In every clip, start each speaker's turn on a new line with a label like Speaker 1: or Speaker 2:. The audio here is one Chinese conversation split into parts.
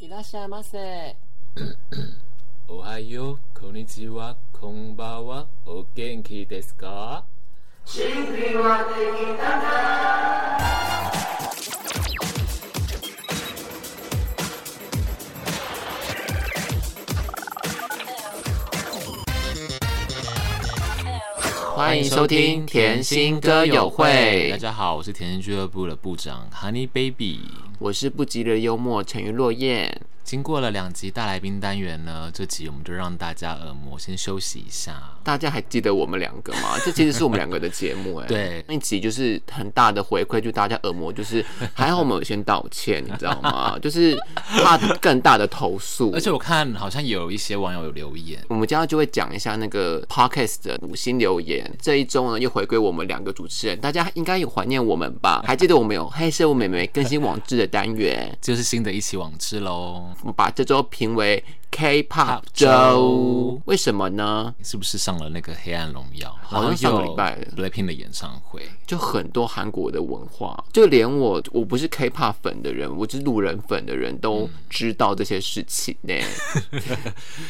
Speaker 1: 伊拉西马塞，
Speaker 2: おはよう、こんにちは、こんばんは、お元気ですか？
Speaker 1: 欢迎收听甜心歌友
Speaker 2: 大
Speaker 1: 会，
Speaker 2: 家好，我是甜心俱乐部的部长 Honey Baby。
Speaker 1: 我是不吉的幽默沉鱼落雁。
Speaker 2: 经过了两集大来宾单元呢，这集我们就让大家耳膜先休息一下。
Speaker 1: 大家还记得我们两个吗？ 这其实是我们两个的节目哎、
Speaker 2: 对
Speaker 1: 那一集就是很大的回馈，就大家耳膜就是还好我们有先道 歉，你知道吗？就是怕更大的投诉
Speaker 2: 而。且我看好像有一些网友有留言，
Speaker 1: 我们今天就会讲一下那个 podcast 的五星留言。这一周呢，又回归我们两个主持人，大家应该有怀念我们吧？还记得我们有黑社会美眉更新网志的单元，
Speaker 2: 就是新的一期网志喽，
Speaker 1: 我们把这周评为 K-pop 周
Speaker 2: 周，
Speaker 1: 为什么呢？
Speaker 2: 是不是上了那个黑暗荣耀？
Speaker 1: 好像上个礼拜
Speaker 2: 然后又有 Blackpink 的演唱会，
Speaker 1: 就很多韩国的文化，就连我我不是 K-pop 粉的人，我是路人粉的人
Speaker 2: 嗯
Speaker 1: 都知道这些事情呢、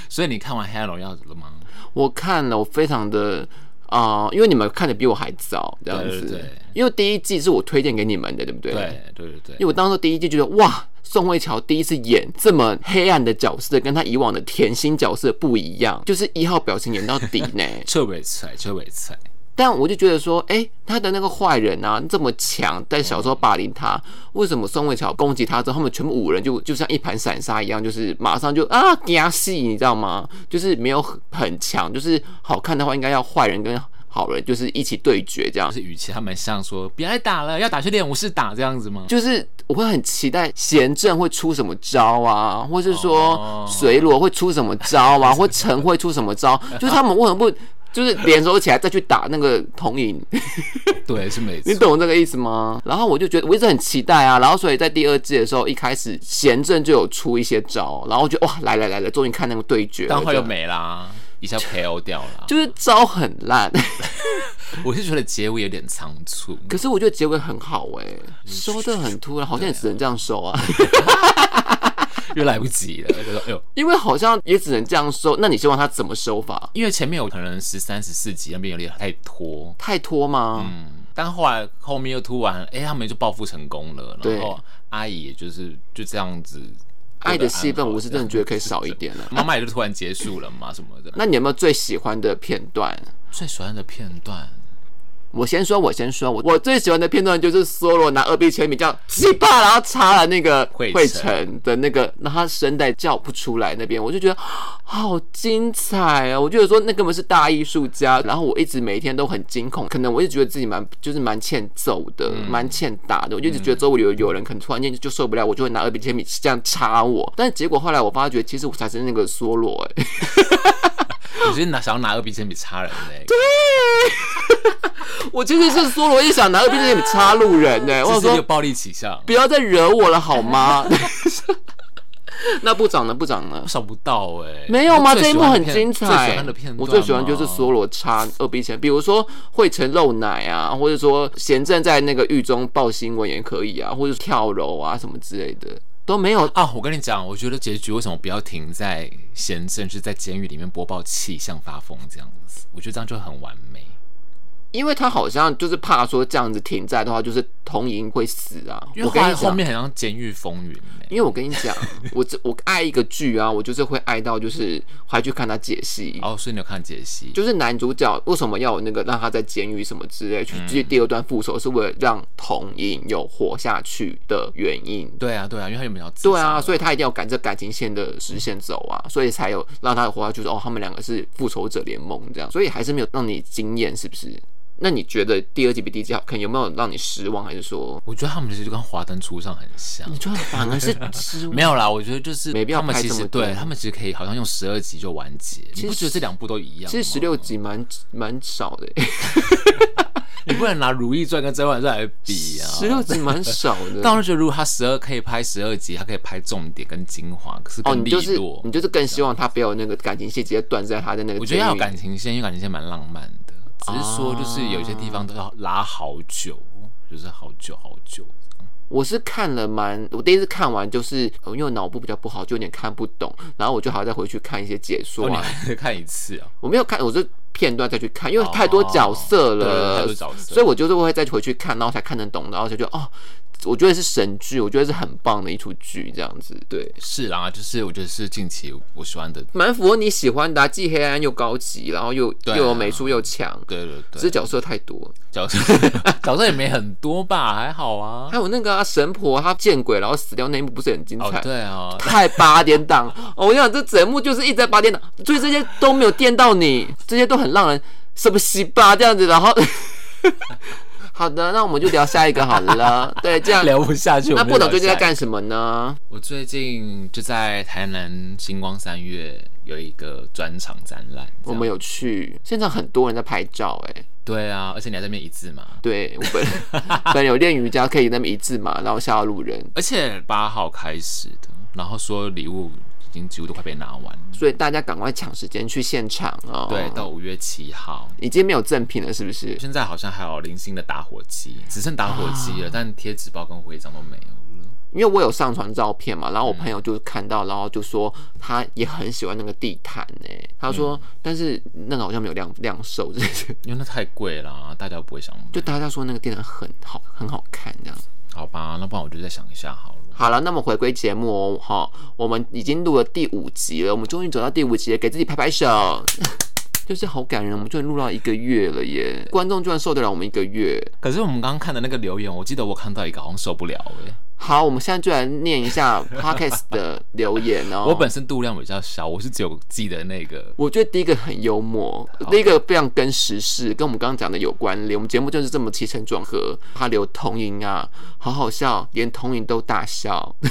Speaker 2: 所以你看完黑暗荣耀了吗？
Speaker 1: 我看了，我非常的。啊、因为你们看的比我还早，这样子。
Speaker 2: 对对对
Speaker 1: 因为第一季是我推荐给你们的，对不对？
Speaker 2: 对
Speaker 1: 因
Speaker 2: 对对
Speaker 1: 为
Speaker 2: 对，
Speaker 1: 我当时第一季觉得，哇，宋慧乔第一次演这么黑暗的角色，跟她以往的甜心角色不一样，就是一号表情演到底呢。
Speaker 2: 臭尾菜，臭尾菜，
Speaker 1: 但我就觉得说，哎、他的那个坏人啊这么强，但小时候霸凌他，为什么宋慧乔攻击他之后，他们全部五人就就像一盘散沙一样，就是马上就啊给他戏，你知道吗？就是没有很很强，就是好看的话应该要坏人跟好人就是一起对决这样
Speaker 2: 就。是与其他们像说别来打了，要打去练武士打这样子吗？
Speaker 1: 就是我会很期待贤正会出什么招啊，或是说
Speaker 2: 哦
Speaker 1: 水裸会出什么招啊，或陈会出什么招，就是他们为什么不就是联手起来再去打那个童影？
Speaker 2: 对，是没错
Speaker 1: 你。懂这个意思吗？然后我就觉得我一直很期待啊，然后所以在第二季的时候，一开始贤正就有出一些招，然后我觉得哇，来来来了，终于看那个对决了，
Speaker 2: 但后
Speaker 1: 这
Speaker 2: 又
Speaker 1: 样，
Speaker 2: 没啦，一下 KO 掉了。
Speaker 1: 就是招很烂，
Speaker 2: 我是觉得结尾有点仓促，
Speaker 1: 可是我觉得结尾很好哎、收的很突然，好像也只能这样收啊，
Speaker 2: 又来不及了。就说哎呦，
Speaker 1: 因为好像也只能这样收，那你希望他怎么收法？
Speaker 2: 因为前面有可能十三、十四集那边有点太拖，
Speaker 1: 太拖吗？
Speaker 2: 嗯，但后来后面又突然，哎、他们就报复成功了，
Speaker 1: 对
Speaker 2: 然后阿姨也就是就这样子，啊
Speaker 1: 爱的戏份我是真的觉得可以少一点了。
Speaker 2: 妈妈也就突然结束了嘛什么的。
Speaker 1: 那你有没有最喜欢的片段？
Speaker 2: 最喜欢的片段，
Speaker 1: 我先说，我先说，我我最喜欢的片段就是梭罗拿二 B 铅笔这样击吧，然后插了那个
Speaker 2: 惠
Speaker 1: 惠
Speaker 2: 城
Speaker 1: 城的那个，然后他声带叫不出来那边，我就觉得好精彩啊！我觉得说那根本是大艺术家，然后我一直每天都很惊恐，可能我一直觉得自己蛮就是蛮欠揍的，蛮欠打的，我就一直觉得周围有有人可能突然间就受不了，我就会拿二 B 铅笔这样插我，但是结果后来我发觉，其实我才是那个梭罗、欸，
Speaker 2: 我是拿想要拿二 B 铅笔插人的、欸，
Speaker 1: 啊我其实是梭罗，一直想拿二 B 铅笔插路人呢、欸，我
Speaker 2: 这
Speaker 1: 想
Speaker 2: 是一
Speaker 1: 说
Speaker 2: 个暴力倾向，
Speaker 1: 不要再惹我了好 吗？那部长呢？部长呢？
Speaker 2: 想不到哎、
Speaker 1: 没有吗？
Speaker 2: 最
Speaker 1: 这一
Speaker 2: 喜
Speaker 1: 幕
Speaker 2: 欢的
Speaker 1: 很
Speaker 2: 片
Speaker 1: 精
Speaker 2: 最喜
Speaker 1: 彩
Speaker 2: 欢的片。段，
Speaker 1: 我最喜欢就是。梭罗插二 B 钱，比如说惠城漏奶啊，或者说贤正在那个狱中报新闻也可以啊，或者是跳楼啊什么之类的都没有。
Speaker 2: 啊，我跟你讲，我觉得结局为什么不要停在贤正是在监狱里面播报气象发疯这样子？我觉得这样就很完美。
Speaker 1: 因为他好像就是怕说这样子停在的话，就是童莹会死啊。
Speaker 2: 因
Speaker 1: 我
Speaker 2: 为
Speaker 1: 跟你
Speaker 2: 后后
Speaker 1: 讲，
Speaker 2: 面很像《监狱风云、欸
Speaker 1: 因》，为我跟你讲，我这我爱一个剧啊，我就是会爱到就是还去看他解析。
Speaker 2: 哦，所以你有看解析？
Speaker 1: 就是男主角为什么要有那个让他在监狱什么之类去去第二段复仇，是为了让童影有活下去的原因。
Speaker 2: 对啊，对啊，因为他有没有
Speaker 1: 对啊，所以
Speaker 2: 以
Speaker 1: 他一定要赶这感情线的实现走啊，所以才有让他活下去。说哦，他们两个是复仇者联盟这样，所以还是没有让你惊艳，是不是？那你觉得第二季比第一季好看，有没有让你失望？还是说
Speaker 2: 我觉得他们其实就跟《华灯初上》很像
Speaker 1: 啊你。觉得反而是失望？
Speaker 2: 没有啦，我觉得就是
Speaker 1: 没必要
Speaker 2: 他们
Speaker 1: 拍
Speaker 2: 其
Speaker 1: 这
Speaker 2: 实
Speaker 1: 么多
Speaker 2: 对他们其实可以，好像用十二集就完结。你不
Speaker 1: 实
Speaker 2: 觉得这两部都一样吗？
Speaker 1: 其实十六集蛮蛮少的、欸
Speaker 2: 你不能拿《如懿传》跟《甄嬛传》来比啊。
Speaker 1: 十六集蛮少的。
Speaker 2: 但我觉得，如果他十二可以拍十二集，他可以拍重点跟精华，可是
Speaker 1: 哦，
Speaker 2: 更
Speaker 1: 你
Speaker 2: 利
Speaker 1: 就是
Speaker 2: 落。
Speaker 1: 你就是更希望他不要有那个感情线直接断在他的那个监狱。
Speaker 2: 我觉得要有感情线，因为感情线蛮浪漫的，只是说就是有一些地方都要拉好久，就是好久好久。
Speaker 1: 我是看了蛮，我第一次看完就是，呃因为我脑部比较不好，就有点看不懂，然后我就还要再回去看一些解说
Speaker 2: 哦，你
Speaker 1: 啊，
Speaker 2: 还看一次啊？
Speaker 1: 我没有看，我就片段再去看，因为太多角色
Speaker 2: 对
Speaker 1: 了，
Speaker 2: 太多角色
Speaker 1: 所以我就是会再回去看，然后才看得懂，然后才觉得哦，我觉得是神剧，我觉得是很棒的一出剧，这样子，对，
Speaker 2: 是啦，就是我觉得是近期我喜欢的，
Speaker 1: 蛮符合你喜欢的、啊，既黑暗又高级，然后又、
Speaker 2: 对啊
Speaker 1: 又有美术又强，
Speaker 2: 对对
Speaker 1: 只
Speaker 2: 对，
Speaker 1: 是角色太多。
Speaker 2: 角 色角色也没很多吧，还好啊。
Speaker 1: 还有那个、啊、神婆她见鬼然后死掉那一幕不是很精
Speaker 2: 哦
Speaker 1: 彩？，
Speaker 2: 对啊，
Speaker 1: 太八点档， 哦我跟你讲，这整幕就是一直在八点档，所以这些都没有电到你，这些都很让人什么稀巴这样子。然后， 好的，那我们就聊下一个好 了。对，这样
Speaker 2: 聊不下去。
Speaker 1: 那
Speaker 2: 我们
Speaker 1: 不懂
Speaker 2: 就
Speaker 1: 最近
Speaker 2: 聊下
Speaker 1: 在
Speaker 2: 一个
Speaker 1: 干什么呢？
Speaker 2: 我最近就在台南星光三月有一个专场展览，这
Speaker 1: 我
Speaker 2: 样
Speaker 1: 们有去现场，很多人在拍照、哎，
Speaker 2: 对啊，而且你还在那边一字嘛，
Speaker 1: 对我 本本来有练瑜伽，可以那么一字嘛，然后吓到路人，
Speaker 2: 而且八号开始的，然后说礼物已经几乎都快被拿完了，
Speaker 1: 所以大家赶快抢时间去现场哦。
Speaker 2: 对，到五月七号，
Speaker 1: 已经没有赠品了，是不是？
Speaker 2: 现在好像还有零星的打火机，只剩打火机
Speaker 1: 啊
Speaker 2: 了，但贴纸包跟徽章都没有了。
Speaker 1: 因为我有上传照片
Speaker 2: 嗯
Speaker 1: 嘛，然后我朋友就看到，然后就说他也很喜欢那个地毯呢、他说，
Speaker 2: 嗯
Speaker 1: 但是那个好像没有量量售， 就是
Speaker 2: 因为那太贵啦，大家不会想买。
Speaker 1: 就大家说那个地毯很好，很好看这样。
Speaker 2: 好吧，那不然我就再想一下好了。
Speaker 1: 好了，那么回归节目哦，哈，我们已经录了第五集了，我们终于走到第五集了，给自己拍拍手。 就是好感人，我们居然录到一个月了耶！观众居然受得了我们一个月。
Speaker 2: 可是我们刚刚看的那个留言，我记得我看到一个好像受不了哎、
Speaker 1: 好，我们现在就来念一下 podcast 的留言哦。
Speaker 2: 我本身度量比较小，我是只有记得那个
Speaker 1: 我觉得第一个很幽默，第一个非常跟时事，跟我们刚刚讲的有关联。我们节目就是这么起承转合，他留童音啊，好好笑，连童音都大笑。
Speaker 2: 嗯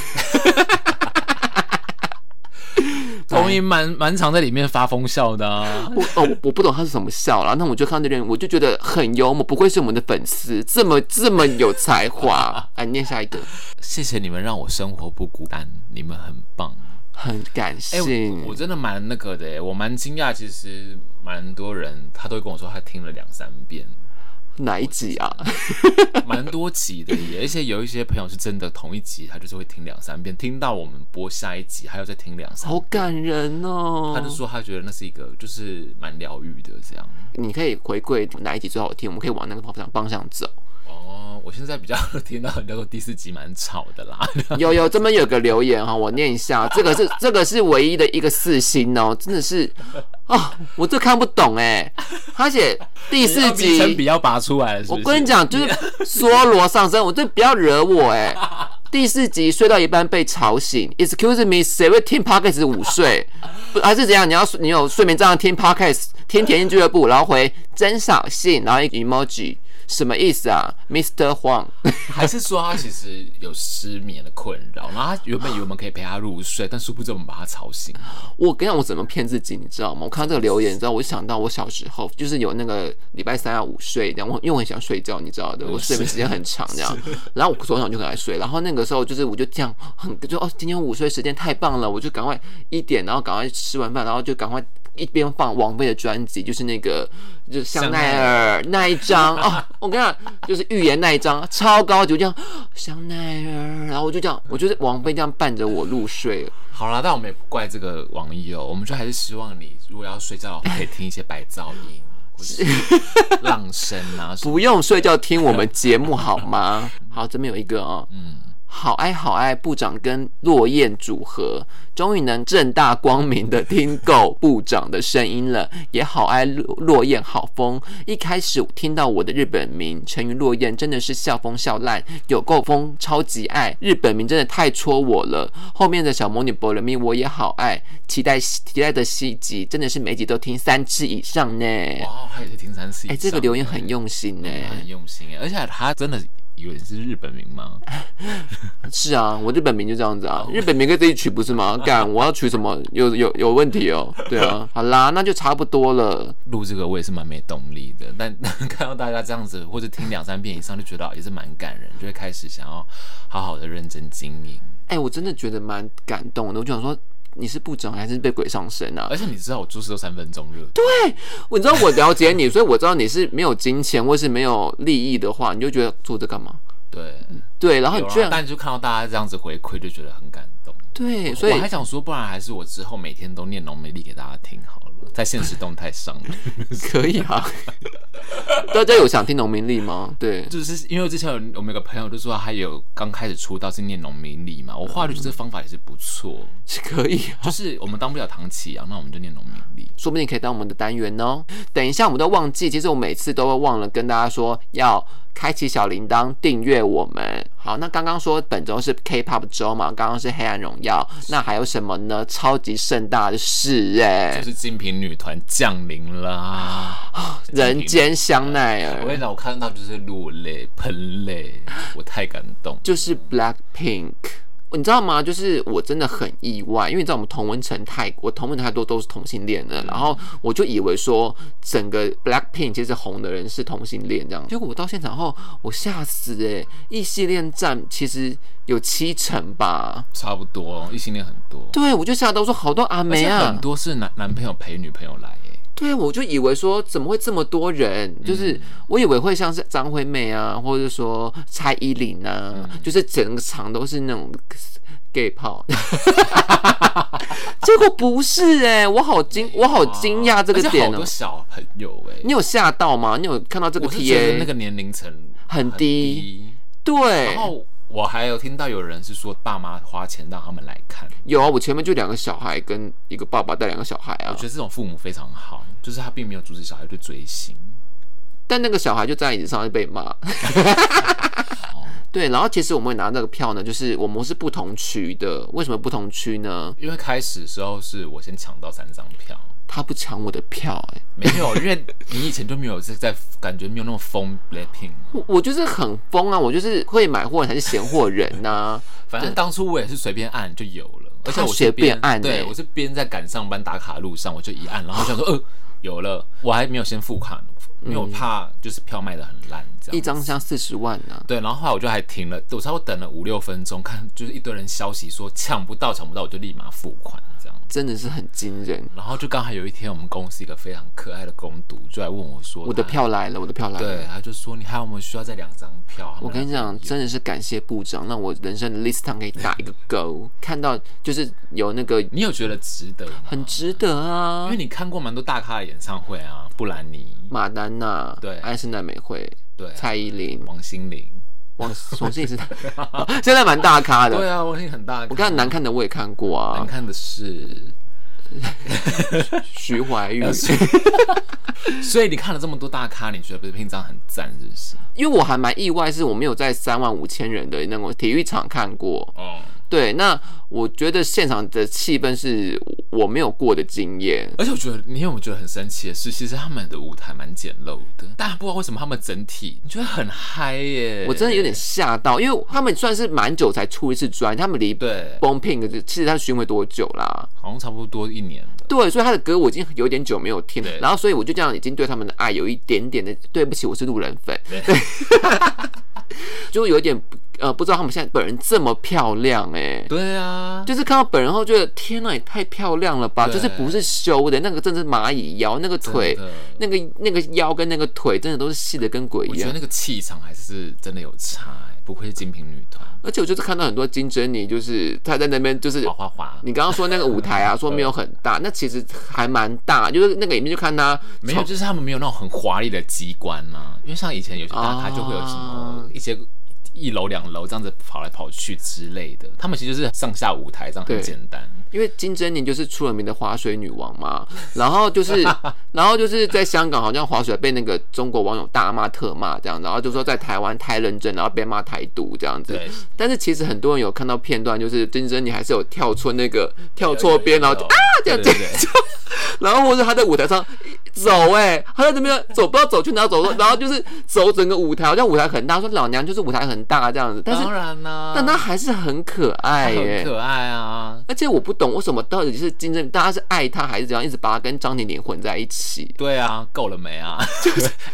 Speaker 2: 同音蛮蛮常在里面发疯笑的、啊。
Speaker 1: 我 哦，我我不懂他是什么笑啦，那我就看到这人，我就觉得很幽默，不愧是我们的粉丝，这么这么有才华。 哎，念下一个，
Speaker 2: 谢谢你们让我生活不孤单，你们很棒。
Speaker 1: 很感
Speaker 2: 哎、
Speaker 1: 性。
Speaker 2: 我我真的蛮那个的、哎，我蛮惊讶，其实蛮多人他都会跟我说他听了两三遍，
Speaker 1: 哪一集啊？
Speaker 2: 蛮多集的耶。而且有一些朋友是真的同一集，他就是会听两三遍，听到我们播下一集，还要再听两三
Speaker 1: 好
Speaker 2: 遍。
Speaker 1: 感人哦！
Speaker 2: 他就说他觉得那是一个就是蛮疗愈的这样。
Speaker 1: 你可以回馈哪一集最好听，我们可以往那个方向方向走。
Speaker 2: 哦，我现在比较听到人家说第四集蛮吵的啦。
Speaker 1: 有有，这边有个留言哈，我念一下，这个是这个是唯一的一个四星哦，真的是哦，我这看不懂哎，他写第四
Speaker 2: 你 要名称比
Speaker 1: 集，
Speaker 2: 较拔出来了是不
Speaker 1: 我
Speaker 2: 是，
Speaker 1: 跟你讲，就是梭罗上身，我这不要惹我哎。第四集睡到一半被吵醒，Excuse me，谁会听 Podcast 午睡？不还是怎样？你要你有睡眠障碍听 Podcast，听甜心俱乐部，然后回真扫兴，然后一个 emoji，什么意思啊，Mr. Huang？
Speaker 2: 还是说他其实有失眠的困扰，然后他原本以为我们可以陪他入睡，但殊不知我们把他吵醒。
Speaker 1: 我跟你讲，我怎么骗自己，你知道吗？我看到这个留言，你知道，我就想到我小时候，就是有那个礼拜三要啊午睡这样，我因为我很喜欢睡觉，你知道的，我睡眠时间很长这样。然后我昨晚就很爱睡，然后那个时候就是我就这样很就哦，今天午睡时间太棒了，我就赶快一点，然后赶快吃完饭，然后就赶快一边放王菲的专辑，就是那个就是香奈儿那一张哦，我跟你讲，就是预言那一张超高级，我就这样香奈儿，然后我就这样，我就是王菲这样伴着我入睡。
Speaker 2: 好啦，但我们也不怪这个网友，我们就还是希望你如果要睡觉的话，可以听一些白噪音或者是浪声 啊什么。
Speaker 1: 不用睡觉听 我们节目好吗？好，这边有一个哦，嗯，好爱好爱部长跟落雁组合，终于能正大光明的听够部长的声音了，也好爱落落雁好风。一开始听到我的日本名成于落雁，真的是笑疯笑烂，有够疯，超级爱日本名真的太戳我了。后面的小魔女博人蜜我也好爱，期待期待的细集真的是每集都听三次以上呢。
Speaker 2: 哇，他也是听三次以
Speaker 1: 哎、
Speaker 2: 上。
Speaker 1: 这个留言很用心呢、
Speaker 2: 嗯很用心哎，而且他真的以为是日本名吗？
Speaker 1: 是啊，我日本名就这样子
Speaker 2: 哦
Speaker 1: 啊，日本名可以自己取不是 吗？干，我要取什么？有有有问题哦。对啊，好啦，那就差不多了。
Speaker 2: 录这个我也是蛮没动力的，但 看到大家这样子，或者听两三遍以上，就觉得也是蛮感人，就会开始想要好好的认真经营。
Speaker 1: 哎、我真的觉得蛮感动的。我就想说，你是部长还是被鬼上身啊？
Speaker 2: 而且你知道我做事都三分钟热度，
Speaker 1: 我你知道我了解你，所以我知道你是没有金钱或是没有利益的话，你就觉得做这干嘛？
Speaker 2: 对，
Speaker 1: 对，然后你
Speaker 2: 有啊
Speaker 1: 居然
Speaker 2: 但就看到大家这样子回馈，就觉得很感动。
Speaker 1: 对，所以
Speaker 2: 我还想说，不然还是我之后每天都念农美丽给大家听好了，在现实动 态上，
Speaker 1: 可以 啊。大家有想听农民历吗？对，
Speaker 2: 就是因为之前有我们有个朋友就说他有刚开始出道是念农民历嘛，我后来就觉得这方法也是不错，
Speaker 1: 是可以啊。
Speaker 2: 就是我们当不了唐启阳，那我们就念农民历。
Speaker 1: 说不定可以当我们的单元哦。等一下，我们都忘记，其实我每次都会忘了跟大家说要开启小铃铛，订阅我们。好，那刚刚说本周是 K-pop 周嘛，刚刚是黑暗荣耀，那还有什么呢？超级盛大的事哎、
Speaker 2: 就是精品女团降临啦！
Speaker 1: 人间香奈
Speaker 2: 我跟
Speaker 1: 儿
Speaker 2: 你讲，我看到就是落泪、喷泪，我太感动。
Speaker 1: 就是 Black Pink。你知道吗？就是我真的很意外，因为你知道我们同文城太，我同文城太多都是同性恋的，然后我就以为说整个 Blackpink 其实红的人是同性恋这样，结果我到现场后我吓死哎、异性恋占其实有七成吧，
Speaker 2: 差不多，异性恋很多，
Speaker 1: 对我就吓到说好多阿
Speaker 2: 而
Speaker 1: 梅
Speaker 2: 且
Speaker 1: 啊
Speaker 2: 很，多是男男朋友陪女朋友来、欸，
Speaker 1: 对，啊我就以为说怎么会这么多人？
Speaker 2: 嗯
Speaker 1: 就是我以为会像是张惠妹啊，或者说蔡依林啊，
Speaker 2: 嗯
Speaker 1: 就是整个场都是那种 gay 炮， 结果不是哎、我好惊，我好惊讶这个
Speaker 2: 而且
Speaker 1: 点哦、
Speaker 2: 好多小朋友哎、
Speaker 1: 你有吓到吗？你有看到这个
Speaker 2: 我是觉
Speaker 1: TA
Speaker 2: 得那个年龄层
Speaker 1: 很
Speaker 2: 很
Speaker 1: 低？对
Speaker 2: 然，后我还有听到有人是说爸妈花钱让他们来看，
Speaker 1: 有啊，我前面就两个小孩跟一个爸爸带两个小孩啊
Speaker 2: 我觉，得这种父母非常好，就是他并没有阻止小孩去追星。
Speaker 1: 但那个小孩就站在椅子上就被骂。
Speaker 2: 哦
Speaker 1: 对，然后其实我们会拿那个票呢，就是我们是不同区的。为什么不同区呢？
Speaker 2: 因为开始的时候是我先抢到三张票，
Speaker 1: 他不抢我的票、哎，
Speaker 2: 没有，因为你以前就没有在在感觉没有那么疯 Blackpink 嘛。
Speaker 1: 我我就是很疯啊，我就是会买货才是闲货人啊 呐、
Speaker 2: 反正当初我也是随便按就有了，而且
Speaker 1: 他
Speaker 2: 我是
Speaker 1: 随便按欸
Speaker 2: 对我是边在赶上班打卡路上，我就一按，然后我 想说，呃，有了，我还没有先付款，因为我怕就是票卖的很烂，这样
Speaker 1: 一张箱四十万啊呢、
Speaker 2: 对，然后后来我就还停了，我差不多等了五六分钟，看就是一堆人消息说抢不到，抢不到，我就立马付款这样。
Speaker 1: 真的是很惊人。
Speaker 2: 然后就刚好有一天，我们公司一个非常可爱的公读就来问我说，
Speaker 1: 我的票来了，我的票来
Speaker 2: 他，
Speaker 1: 了。
Speaker 2: 对，他就说你还有没有需要再两张票？
Speaker 1: 我跟你讲，真的是感谢部长，让我人生的 list 上可以打一个勾。看到就是有那个
Speaker 2: 你有觉得值得吗？
Speaker 1: 很值得
Speaker 2: 因
Speaker 1: 啊
Speaker 2: 为，你看过蛮多大咖的演唱会啊，布兰妮，
Speaker 1: 马丹娜、
Speaker 2: 对
Speaker 1: 安室奈美惠、
Speaker 2: 对，
Speaker 1: 蔡依林、
Speaker 2: 王心凌，
Speaker 1: 王王心凌是， 现在蛮大咖的。
Speaker 2: 对啊，王心凌很大咖，
Speaker 1: 我看难看的我也看过啊
Speaker 2: 难，看的是，
Speaker 1: 徐怀
Speaker 2: 呃
Speaker 1: 钰，
Speaker 2: 所以你看了这么多大咖，你觉得不是平常很赞是不是？
Speaker 1: 因为我还蛮意外，是我没有在三万五千人的那种体育场看过。
Speaker 2: 哦，
Speaker 1: 对，那我觉得现场的气氛是我没有过的经验。
Speaker 2: 而且我觉得，你有没有觉得很神奇的是，其实他们的舞台蛮简陋的，但不知道为什么他们整体你觉得很嗨耶，
Speaker 1: 我真的有点吓到，因为他们算是蛮久才出一次专，辑，他们离
Speaker 2: 对，
Speaker 1: 崩 pink 其实他巡回多久啦？
Speaker 2: 好像差不多一年了。
Speaker 1: 对，所以他的歌我已经有点久没有听
Speaker 2: 对，
Speaker 1: 然后所以我就这样已经对他们的爱有一点点的对不起，我是路人粉，
Speaker 2: 对
Speaker 1: 就有一点呃不知道他们现在本人这么漂亮哎、
Speaker 2: 对啊，
Speaker 1: 就是看到本人后觉得天呐，也太漂亮了吧！
Speaker 2: 对
Speaker 1: 就是不是修的，那个真的是蚂蚁腰，那个腿啊
Speaker 2: 真的，
Speaker 1: 那个那个腰跟那个腿真的都是细的跟鬼
Speaker 2: 我
Speaker 1: 一
Speaker 2: 觉
Speaker 1: 样
Speaker 2: 得。那个气场还是真的有差耶，不愧是精品女团。
Speaker 1: 而且我就是看到很多金珍妮，就是她在那边，就是
Speaker 2: 花花花，
Speaker 1: 你刚刚说那个舞台啊，说没有很大，那其实还蛮大，就是那个影片就看她
Speaker 2: 没有，就是他们没有那种很华丽的机关嘛，因为像以前有些大咖就会有什
Speaker 1: 啊
Speaker 2: 么一些一楼两楼这样子跑来跑去之类的，他们其实就是上下舞台这样很
Speaker 1: 对
Speaker 2: 简单。
Speaker 1: 因为金珍妮就是出了名的划水女王嘛，然后就是， 然后就是在香港好像划水被那个中国网友大骂特骂这样，然后就说在台湾太认真，然后被骂台独这样子
Speaker 2: 对。
Speaker 1: 但是其实很多人有看到片段，就是金珍妮还是有跳错那个跳错边，然后就啊这样
Speaker 2: 对
Speaker 1: 子，
Speaker 2: 对对
Speaker 1: 然后或者她在舞台上走哎、她在那边走不知道走去哪走，然后就是走整个舞台，好像舞台很大，说老娘就是舞台很大这样子，但是
Speaker 2: 当然啦、
Speaker 1: 但她还是很可爱耶、
Speaker 2: 很可爱啊。
Speaker 1: 而且我不懂为什么到底是金正，大家是爱他还是怎样，一直把他跟张婷婷混在一起？
Speaker 2: 对啊，够了没啊？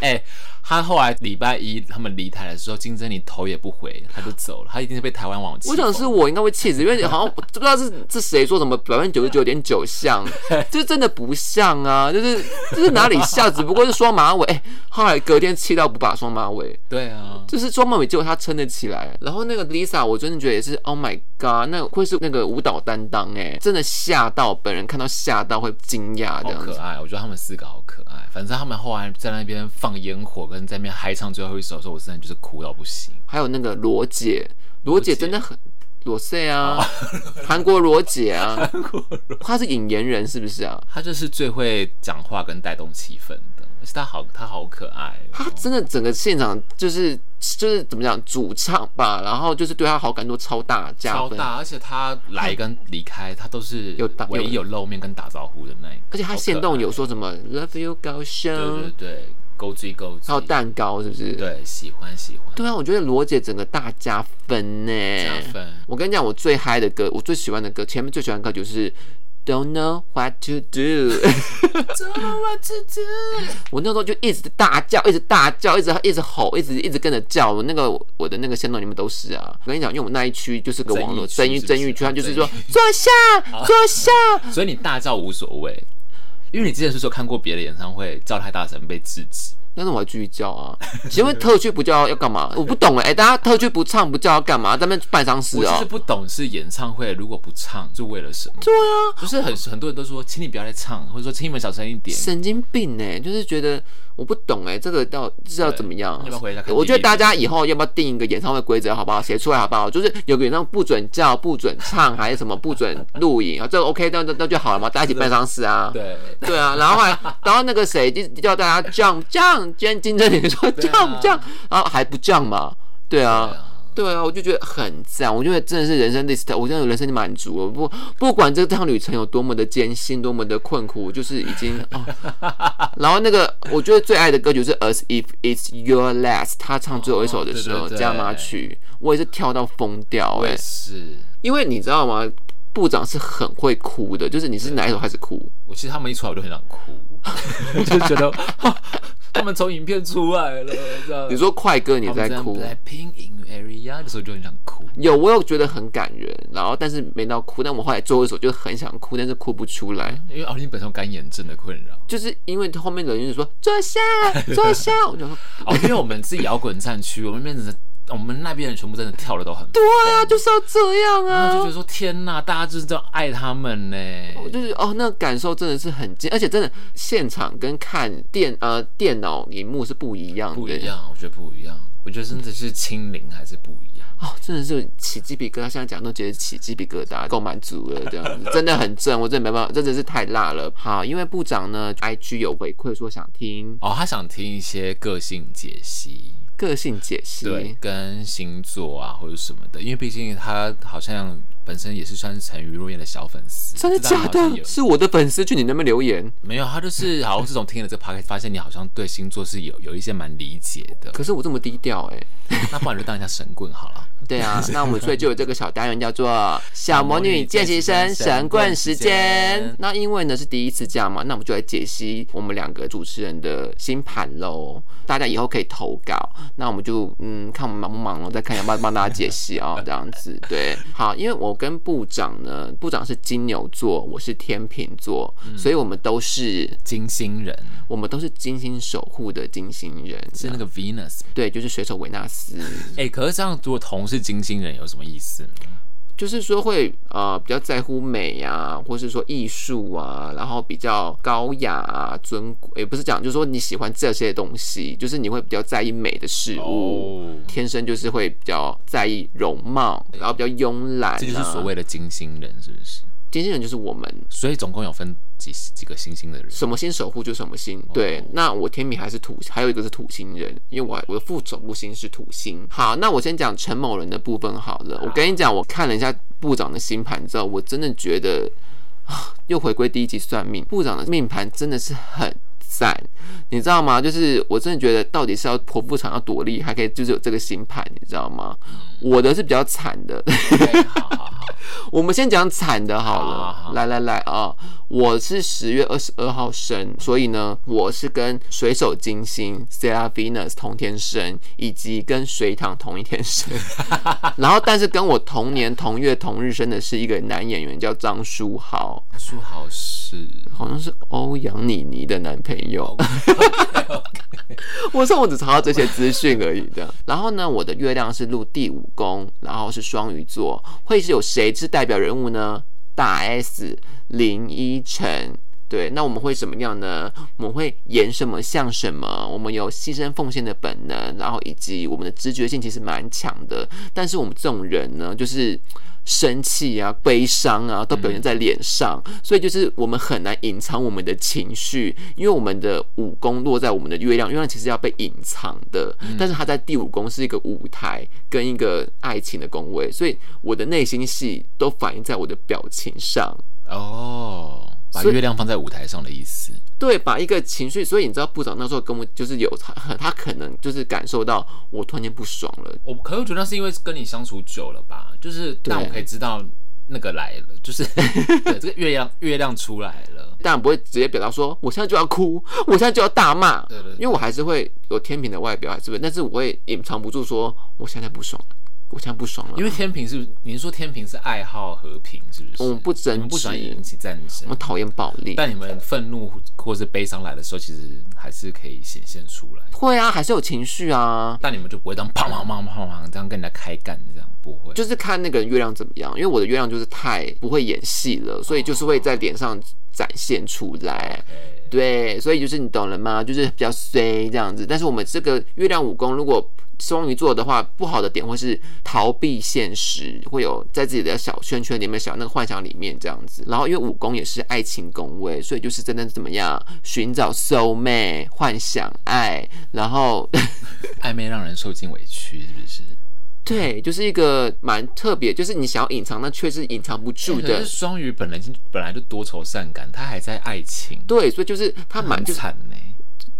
Speaker 2: 哎、他后来礼拜一他们离台的时候，金珍妮头也不回，他就走了。他一定是被台湾网友气
Speaker 1: 我想
Speaker 2: 疯
Speaker 1: 是我应该会气死，因为好像我不知道是是谁说什么百分之九十九点九像，就真的不像啊，就是就是哪里像，只不过是双马尾。 哎后来隔天气到不把双马尾，
Speaker 2: 对啊，
Speaker 1: 就是双马尾，结果她撑得起来。然后那个 Lisa，我真的觉得也是，Oh my God，那会是那个舞蹈担当哎、真的吓到本人看到吓到会惊讶这
Speaker 2: 好
Speaker 1: 样
Speaker 2: 可
Speaker 1: 子。
Speaker 2: 爱，我觉得他们四个好可爱。反正他们后来在那边放烟火，跟在那边嗨唱最后一首的时候，我真的就是哭到不行。
Speaker 1: 还有那个罗姐，罗姐
Speaker 2: 罗姐哦
Speaker 1: 真的很罗塞啊，韩国罗姐 啊，她是引言人是不是啊？
Speaker 2: 他就是最会讲话跟带动气氛的，而且他好，他好可爱、
Speaker 1: 他
Speaker 2: 哦。
Speaker 1: 真的整个现场就是就是怎么讲主唱吧，然后就是对他好感度超大加
Speaker 2: 超
Speaker 1: 分，
Speaker 2: 大，而且他来跟离开，他都是
Speaker 1: 有打
Speaker 2: 唯一有露面跟打招呼的那一个。
Speaker 1: 而且他
Speaker 2: 现
Speaker 1: 现动有说什么 “Love You 高
Speaker 2: 对对
Speaker 1: 雄
Speaker 2: 对，勾追勾”，
Speaker 1: 还有
Speaker 2: 追，
Speaker 1: 蛋糕是不是？
Speaker 2: 对，喜欢喜欢，
Speaker 1: 对啊，我觉得罗姐整个大加分呢。
Speaker 2: 加分。
Speaker 1: 我跟你讲，我最嗨的歌，我最喜欢的歌，前面最喜欢的歌就是 Don't Know What to Do。我 那时候就一直大叫，一直大叫，一直一直吼，一直一直跟着叫。我那个我的那个线洞里面都是啊。我跟你讲，因为我们那一区就是个网络
Speaker 2: 争
Speaker 1: 争
Speaker 2: 议
Speaker 1: 议
Speaker 2: 区
Speaker 1: 争
Speaker 2: 是
Speaker 1: 议
Speaker 2: 不是
Speaker 1: 区，它就是说
Speaker 2: 争
Speaker 1: 坐下
Speaker 2: 啊
Speaker 1: 坐下。
Speaker 2: 所以你大叫无所谓，因为你之前是说看过别的演唱会叫太大声被制止，
Speaker 1: 但是我还继续叫 啊。请问特区不叫要干嘛？我不懂哎、大家特区不唱不叫要干嘛？在那边办丧事
Speaker 2: 我就是
Speaker 1: 哦。
Speaker 2: 不懂是演唱会如果不唱是为了什么？对啊，不是很很多人都说，请你不要再唱，或者说请你们小声一点。
Speaker 1: 神经病哎、就是觉得我不懂哎、这个到是要怎么样啊、
Speaker 2: 要不要回一下看
Speaker 1: 我觉得
Speaker 2: DVD
Speaker 1: 大家以后要不要定一个演唱会规则好不好？写出来好不好？就是有个演唱会不准叫、不准唱，还是什么不准录影啊？这个 OK，那那那就好了嘛，大家一起办丧事啊。
Speaker 2: 对，
Speaker 1: 对啊，然后后来，然后那个谁就叫大家 jump jump，今天金正宇说
Speaker 2: 对
Speaker 1: jump
Speaker 2: 啊
Speaker 1: jump，、然后还不 jump 嘛，对啊。对啊，我就觉得很赞，我觉得真的是人生 list，我真的有人生满足了。不不管这趟旅程有多么的艰辛，多么的困苦，我就是已经 哦。然后那个我觉得最爱的歌曲是《As If It's Your Last》，他唱最后一首的时候，
Speaker 2: 哦对对对
Speaker 1: 加码曲，我也是跳到疯掉
Speaker 2: 我
Speaker 1: 哎、
Speaker 2: 也是。
Speaker 1: 因为你知道吗？部长是很会哭的，就是你是哪一首开始哭？
Speaker 2: 我其实他们一出来我就很想哭， 我就觉得 他们从影片出来了，这样
Speaker 1: 你说快歌你
Speaker 2: 他
Speaker 1: 在
Speaker 2: 们
Speaker 1: 哭，
Speaker 2: Blackpink in area 的时候就很想哭。
Speaker 1: 有我有觉得很感人，然后但是没到哭，但我后来最后一首就很想哭，但是哭不出来，
Speaker 2: 因为奥林本身有干眼症的困 扰
Speaker 1: 就是因为后面的人就说坐下坐 下，我就说
Speaker 2: 哦，因为我们自己摇滚战区，我们那边人我们那边人全部真的跳的都很，对
Speaker 1: 对啊，就是要这样
Speaker 2: 然后就觉
Speaker 1: 啊
Speaker 2: 得。说天呐，大家就是这样爱他们呢。
Speaker 1: 我就是哦，那个感受真的是很近，而且真的现场跟看电呃电脑荧幕是不一样的，
Speaker 2: 不一样，我觉得不一样，我觉得真的是亲临还是不一样。
Speaker 1: 哦，真的是起鸡皮疙瘩，现在讲都觉得起鸡皮疙瘩，够满足了，这样子真的很正，我真的没办法，真的是太辣了。好，因为部长呢，IG 有回馈说想听
Speaker 2: 哦，他想听一些个性解析，
Speaker 1: 个性解析，
Speaker 2: 对，跟星座啊或者什么的，因为毕竟他好像本身也是算是陈于若燕的小粉丝，
Speaker 1: 真的
Speaker 2: 知道
Speaker 1: 假
Speaker 2: 他好像
Speaker 1: 的？
Speaker 2: 有
Speaker 1: 是我的粉丝去你那边留言，
Speaker 2: 没有，他就是好像自从听了这个 p o d c a s t 发现你好像对星座是有有一些蛮理解 的，
Speaker 1: 可是我这么低调哎、
Speaker 2: 那不然你就当一下神棍好了。
Speaker 1: 对 啊，那我们所以就有这个小单元叫做“小魔女见习生神棍时间”。那因为呢是第一次这样嘛，那我们就来解析我们两个主持人的星盘喽。大家以后可以投稿，那我们就嗯看我们忙不忙咯，再看要不要帮大家解析 啊、这样子。对，好，因为我跟部长呢，部长是金牛座，我是天秤座，
Speaker 2: 嗯
Speaker 1: 所以我们都是
Speaker 2: 金星人
Speaker 1: 我们都是金星守护的金星人，
Speaker 2: 是那个 Venus，
Speaker 1: 对，就是水手维纳斯。
Speaker 2: 哎、诶可是这样如果同是金星人有什么意思呢？
Speaker 1: 就是说会呃比较在乎美啊，或是说艺术啊，然后比较高雅啊、尊贵，也不是讲，就是说你喜欢这些东西，就是你会比较在意美的事物。
Speaker 2: 哦，
Speaker 1: 天生就是会比较在意容貌，然后比较慵懒、啊，
Speaker 2: 这就是所谓的金星人，是不是？
Speaker 1: 金星人，就是我们
Speaker 2: 所以总共有分几几个星星的人。
Speaker 1: 什么星守护就什么星。对，那我天秤还是土，还有一个是土星人，因为我我的副守护星是土星。好，那我先讲陈某人的部分好了。我跟你讲，我看了一下部长的星盘之后，我真的觉得啊，又回归第一集算命，部长的命盘真的是很。赞，你知道吗？就是我真的觉得到底是要剖腹产要多厉害，可以就是有这个星盘，你知道吗？我的是比较惨的，
Speaker 2: 对好好好，
Speaker 1: 我们先讲惨的好了，
Speaker 2: 好好好
Speaker 1: 来来来啊、我是十月二十二号生，所以呢，我是跟水手金星 s e r a Venus 同天生，以及跟水塘同一天 生。然后，但是跟我同年同月同日生的是一个男演员，叫张书豪，
Speaker 2: 说好是
Speaker 1: 好像是欧阳妮妮的男朋友。 我上网只查到这些资讯而已的。然后呢，我的月亮是入第五宫，然后是双鱼座，会是有谁是代表人物呢？大 S 林依晨。对，那我们会怎么样呢？我们会演什么像什么？我们有牺牲奉献的本能，然后以及我们的直觉性其实蛮强的。但是我们这种人呢，就是生气啊、悲伤啊，都表现在脸上，所以就是我们很难隐藏我们的情绪，因为我们的武功落在我们的月亮，月亮其实要被隐藏的，但是它在第五宫是一个舞台跟一个爱情的宫位，所以我的内心戏都反映在我的表情上。
Speaker 2: 哦，把
Speaker 1: 所以
Speaker 2: 月亮放在舞台上的意思。
Speaker 1: 对，把一个情绪，所以你知道部长那时候跟我就是有他，他可能就是感受到我突然间不爽了，
Speaker 2: 我可是我觉得那是因为跟你相处久了吧，就是但我可以知道那个来了，就是对这个月亮月亮出来了。
Speaker 1: 当然不会直接表达说我现在就要哭，我现在就要大骂，
Speaker 2: 对对对
Speaker 1: 因为我还是会有天平的外表，还是会，但是我会隐藏不住说我现在不爽了，我现在不爽了，
Speaker 2: 因为天平是，你是说天平是爱好和平，是不是？
Speaker 1: 我们不争执
Speaker 2: 你们不喜欢引起战争
Speaker 1: 我，讨厌暴力。
Speaker 2: 但你们愤怒或是悲伤来的时候，其实还是可以显现出来。
Speaker 1: 会啊，还是有情绪啊，
Speaker 2: 但你们就不会当砰砰砰砰砰这样跟人家开干，这样不会。
Speaker 1: 就是看那个人月亮怎么样。因为我的月亮就是太不会演戏了，所以就是会在脸上展现出来。
Speaker 2: 哎
Speaker 1: 对，所以就是你懂了吗？就是比较衰这样子。但是我们这个月亮武功，如果双鱼座的话，不好的点会是逃避现实，会有在自己的小圈圈里面、小那个幻想里面这样子。然后因为武功也是爱情宫位，所以就是真的怎么样寻找 soul mate，幻想爱，然后
Speaker 2: 暧昧让人受尽委屈，是不是？
Speaker 1: 对，就是一个蛮特别，就是你想要隐藏，但却是隐藏不住
Speaker 2: 嗯可
Speaker 1: 的
Speaker 2: 是。双鱼本来就本来就多愁善感，他还在爱情，
Speaker 1: 对，所以就是他蛮
Speaker 2: 很
Speaker 1: 就是
Speaker 2: 惨呢。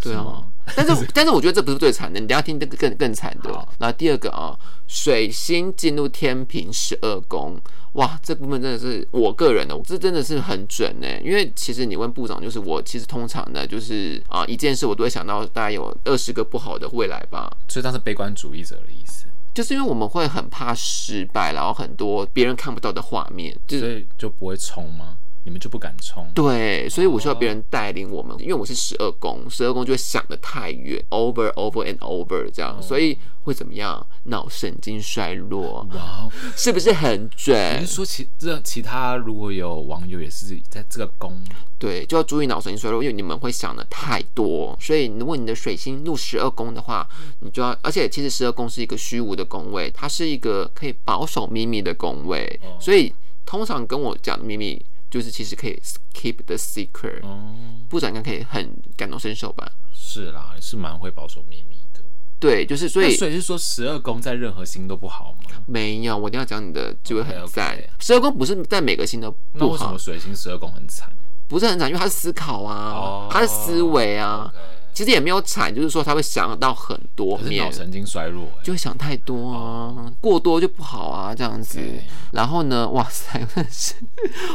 Speaker 1: 对
Speaker 2: 是
Speaker 1: 啊
Speaker 2: 吗，
Speaker 1: 但是但是我觉得这不是最惨的，你等一下听更更更惨的
Speaker 2: 好。
Speaker 1: 然后第二个啊、水星进入天平十二宫，哇，这部分真的是我个人的，这真的是很准呢、因为其实你问部长，就是我其实通常呢，就是啊、一件事我都会想到大概有二十个不好的未来吧。
Speaker 2: 所以他是悲观主义者的意思，
Speaker 1: 就是因为我们会很怕失败，然后很多别人看不到的画面，就是
Speaker 2: 所以就不会冲吗？你们就不敢冲？
Speaker 1: 对，所以我需要
Speaker 2: 哦
Speaker 1: 别人带领我们，因为我是十二宫，十二宫就会想得太远，over over and over 这样，
Speaker 2: 哦
Speaker 1: 所以会怎么样？脑神经衰弱，
Speaker 2: 哇哦！
Speaker 1: 是不是很
Speaker 2: 你
Speaker 1: 准
Speaker 2: 是？说其这其他如果有网友也是在这个宫，
Speaker 1: 对，就要注意脑神经衰弱，因为你们会想的太多，所以如果你的水星入十二宫的话，你就要，而且其实十二宫是一个虚无的宫位，它是一个可以保守秘密的宫位，
Speaker 2: 哦
Speaker 1: 所以通常跟我讲的秘密，就是其实可以 keep the secret，、
Speaker 2: 哦，
Speaker 1: 部长应该可以很感同身受吧。
Speaker 2: 是啦，是蛮会保守秘密的。
Speaker 1: 对，就是所
Speaker 2: 那
Speaker 1: 以
Speaker 2: 所以是说十二宫在任何星都不好吗？
Speaker 1: 没有，我一定要讲你的就会很
Speaker 2: OK，OK
Speaker 1: 赞。十二宫不是在每个星都
Speaker 2: 那
Speaker 1: 不
Speaker 2: 为什
Speaker 1: 好
Speaker 2: 么，水星十二宫很惨？
Speaker 1: 不是很惨，因为他是思考啊
Speaker 2: 哦，
Speaker 1: 他的思维啊，
Speaker 2: OK
Speaker 1: 其实也没有惨，就是说他会想到很多
Speaker 2: 可是脑
Speaker 1: 面，
Speaker 2: 神经衰弱、欸，
Speaker 1: 就会想太多啊，过多就不好啊，这样子
Speaker 2: OK。
Speaker 1: 然后呢，哇塞， 真的是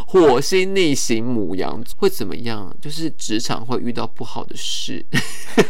Speaker 1: 火星逆行母羊会怎么样？就是职场会遇到不好的事。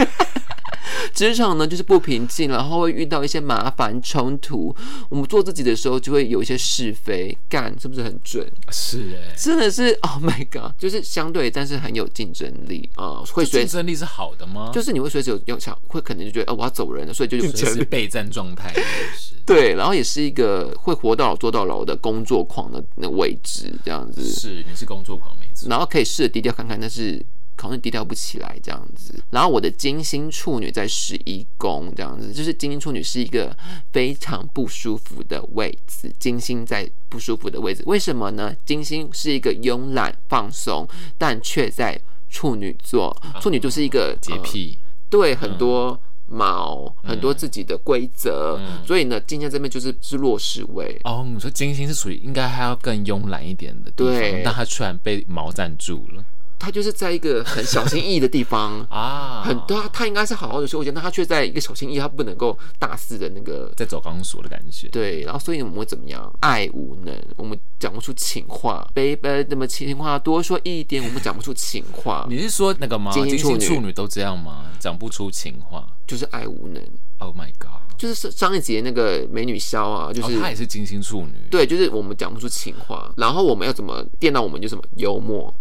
Speaker 1: 职场呢，就是不平静，然后会遇到一些麻烦冲突。我们做自己的时候，就会有一些是非，干是不是很准？
Speaker 2: 是哎、
Speaker 1: 真的是，Oh my god，就是相对，但是很有竞争力啊、呃会
Speaker 2: 这
Speaker 1: 随
Speaker 2: 竞争力是好的吗？
Speaker 1: 就是你会随时有有想，会可能就觉得，哦、我要走人了，所以就有
Speaker 2: 随时备战状态，是
Speaker 1: 对，然后也是一个会活到老做到老的工作狂的那位置，这样
Speaker 2: 不是
Speaker 1: 子，
Speaker 2: 是你是工作狂没错。
Speaker 1: 然后可以试着低调看看，但是好像低调不起来这样子。然后我的金星处女在十一宫这样子，就是金星处女是一个非常不舒服的位置，金星在不舒服的位置，为什么呢？金星是一个慵懒放松，但却在处女座，处女就是一个
Speaker 2: 洁
Speaker 1: 呃
Speaker 2: 癖，
Speaker 1: 对
Speaker 2: 嗯
Speaker 1: 很多毛、很多自己的规则，
Speaker 2: 嗯
Speaker 1: 所以呢，今天这边就是是弱势位。
Speaker 2: 哦，你说金星是属于应该还要更�懒一点的地方，
Speaker 1: 对
Speaker 2: 但他居然被毛占住了，
Speaker 1: 他就是在一个很小心翼翼的地 方
Speaker 2: 啊，
Speaker 1: 很多他他应该是好好的修剪，但他却在一个小心翼翼，他不能够大肆的那个
Speaker 2: 在走钢索的感觉。，
Speaker 1: 对，然后所以我们会怎么样？爱无能，我们讲不出情话。baby，那么情话多说一点，我们讲不出情话
Speaker 2: 你是说那个吗？
Speaker 1: 金
Speaker 2: 金
Speaker 1: 星处
Speaker 2: 星
Speaker 1: 女
Speaker 2: 处女都这样吗？讲不出情话。
Speaker 1: 就是爱无能。
Speaker 2: Oh my god！
Speaker 1: 就是上一集那个美女肖啊，就
Speaker 2: 哦
Speaker 1: 是、，
Speaker 2: 她也是金星处女。
Speaker 1: 对，就是我们讲不出情话，然后我们要怎么电到我们就什么幽默。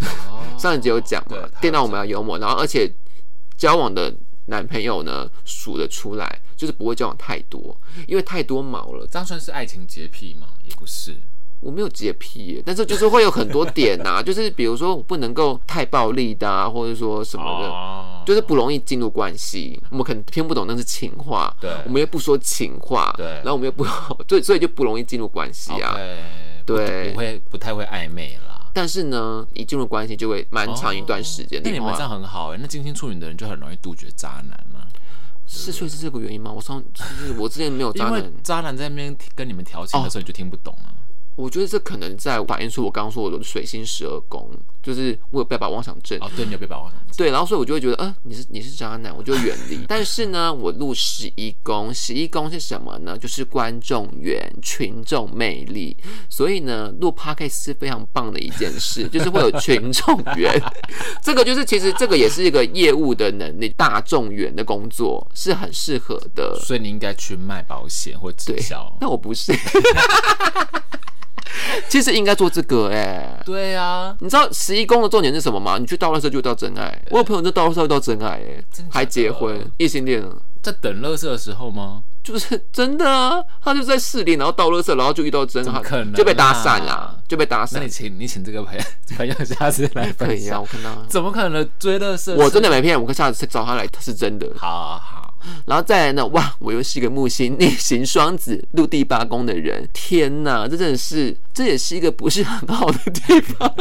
Speaker 2: 哦
Speaker 1: 上一集有讲
Speaker 2: 对
Speaker 1: 嘛
Speaker 2: 她，有
Speaker 1: 电到我们要幽默，然后而且交往的男朋友呢数得出来，就是不会交往太多，因为太多毛了。
Speaker 2: 这样算是爱情洁癖吗？也不是。
Speaker 1: 我没有洁癖耶，但是就是会有很多点 呐、就是比如说我不能够太暴力的、啊，或者说什么的。
Speaker 2: 哦，
Speaker 1: 就是不容易进入关系，我们可能听不懂那是情话，
Speaker 2: 对
Speaker 1: 我们又不说情话，
Speaker 2: 对
Speaker 1: 然后我们又不， 对，所以就不容易进入关系啊。
Speaker 2: OK，不
Speaker 1: 对
Speaker 2: 不会不太会暧昧啦。
Speaker 1: 但是呢，一进入关系就会蛮长一段时间。
Speaker 2: 哦那你
Speaker 1: 另
Speaker 2: 们这
Speaker 1: 外，
Speaker 2: 样很好哎、那金星处女的人就很容易杜绝渣男啊，
Speaker 1: 是所以是这个原因吗？我上就是我之前没有渣
Speaker 2: 因为
Speaker 1: 男，哦
Speaker 2: 渣男在那边跟你们调情的时候，你就听不懂啊。
Speaker 1: 我觉得这可能在反映出我刚刚说我的水星十二宫，就是我有爸爸妄想症。
Speaker 2: 哦，对，你有被 把握。
Speaker 1: 对，然后所以我就会觉得，嗯、你是你是渣男，我就远离。但是呢，我录十一宫，十一宫是什么呢？就是观众缘、群众魅力。所以呢，录 podcast 是非常棒的一件事，就是会有群众缘。这个就是其实这个也是一个业务的能力，大众缘的工作是很适合的。
Speaker 2: 所以你应该去卖保险或直
Speaker 1: 对
Speaker 2: 销。
Speaker 1: 但我不是， 其实应该做这个哎、
Speaker 2: 对啊，
Speaker 1: 你知道十一宫的重点是什么吗？你去倒垃圾就会到真爱。我有朋友就倒垃圾会到真爱、欸，
Speaker 2: 真的假的
Speaker 1: 还结婚，异性恋了，
Speaker 2: 在等乐色的时候吗？
Speaker 1: 就是真的啊。他就在市里，然后倒垃圾，然后就遇到真
Speaker 2: 怎
Speaker 1: 爱
Speaker 2: 么可能，啊
Speaker 1: 就被搭讪啦，就被搭
Speaker 2: 那你
Speaker 1: 讪。
Speaker 2: 请你请这个朋友朋友下次来
Speaker 1: 啊可
Speaker 2: 分
Speaker 1: 以啊，
Speaker 2: 享
Speaker 1: 我，看到啊。
Speaker 2: 怎么可能追乐色？
Speaker 1: 我真的没骗，我可以下次找他来，他是真的。
Speaker 2: 好好好，
Speaker 1: 然后再来呢，哇，我又是一个木星逆行双子入第八宫的人，天哪，这真的是，这也是一个不是很好的地方。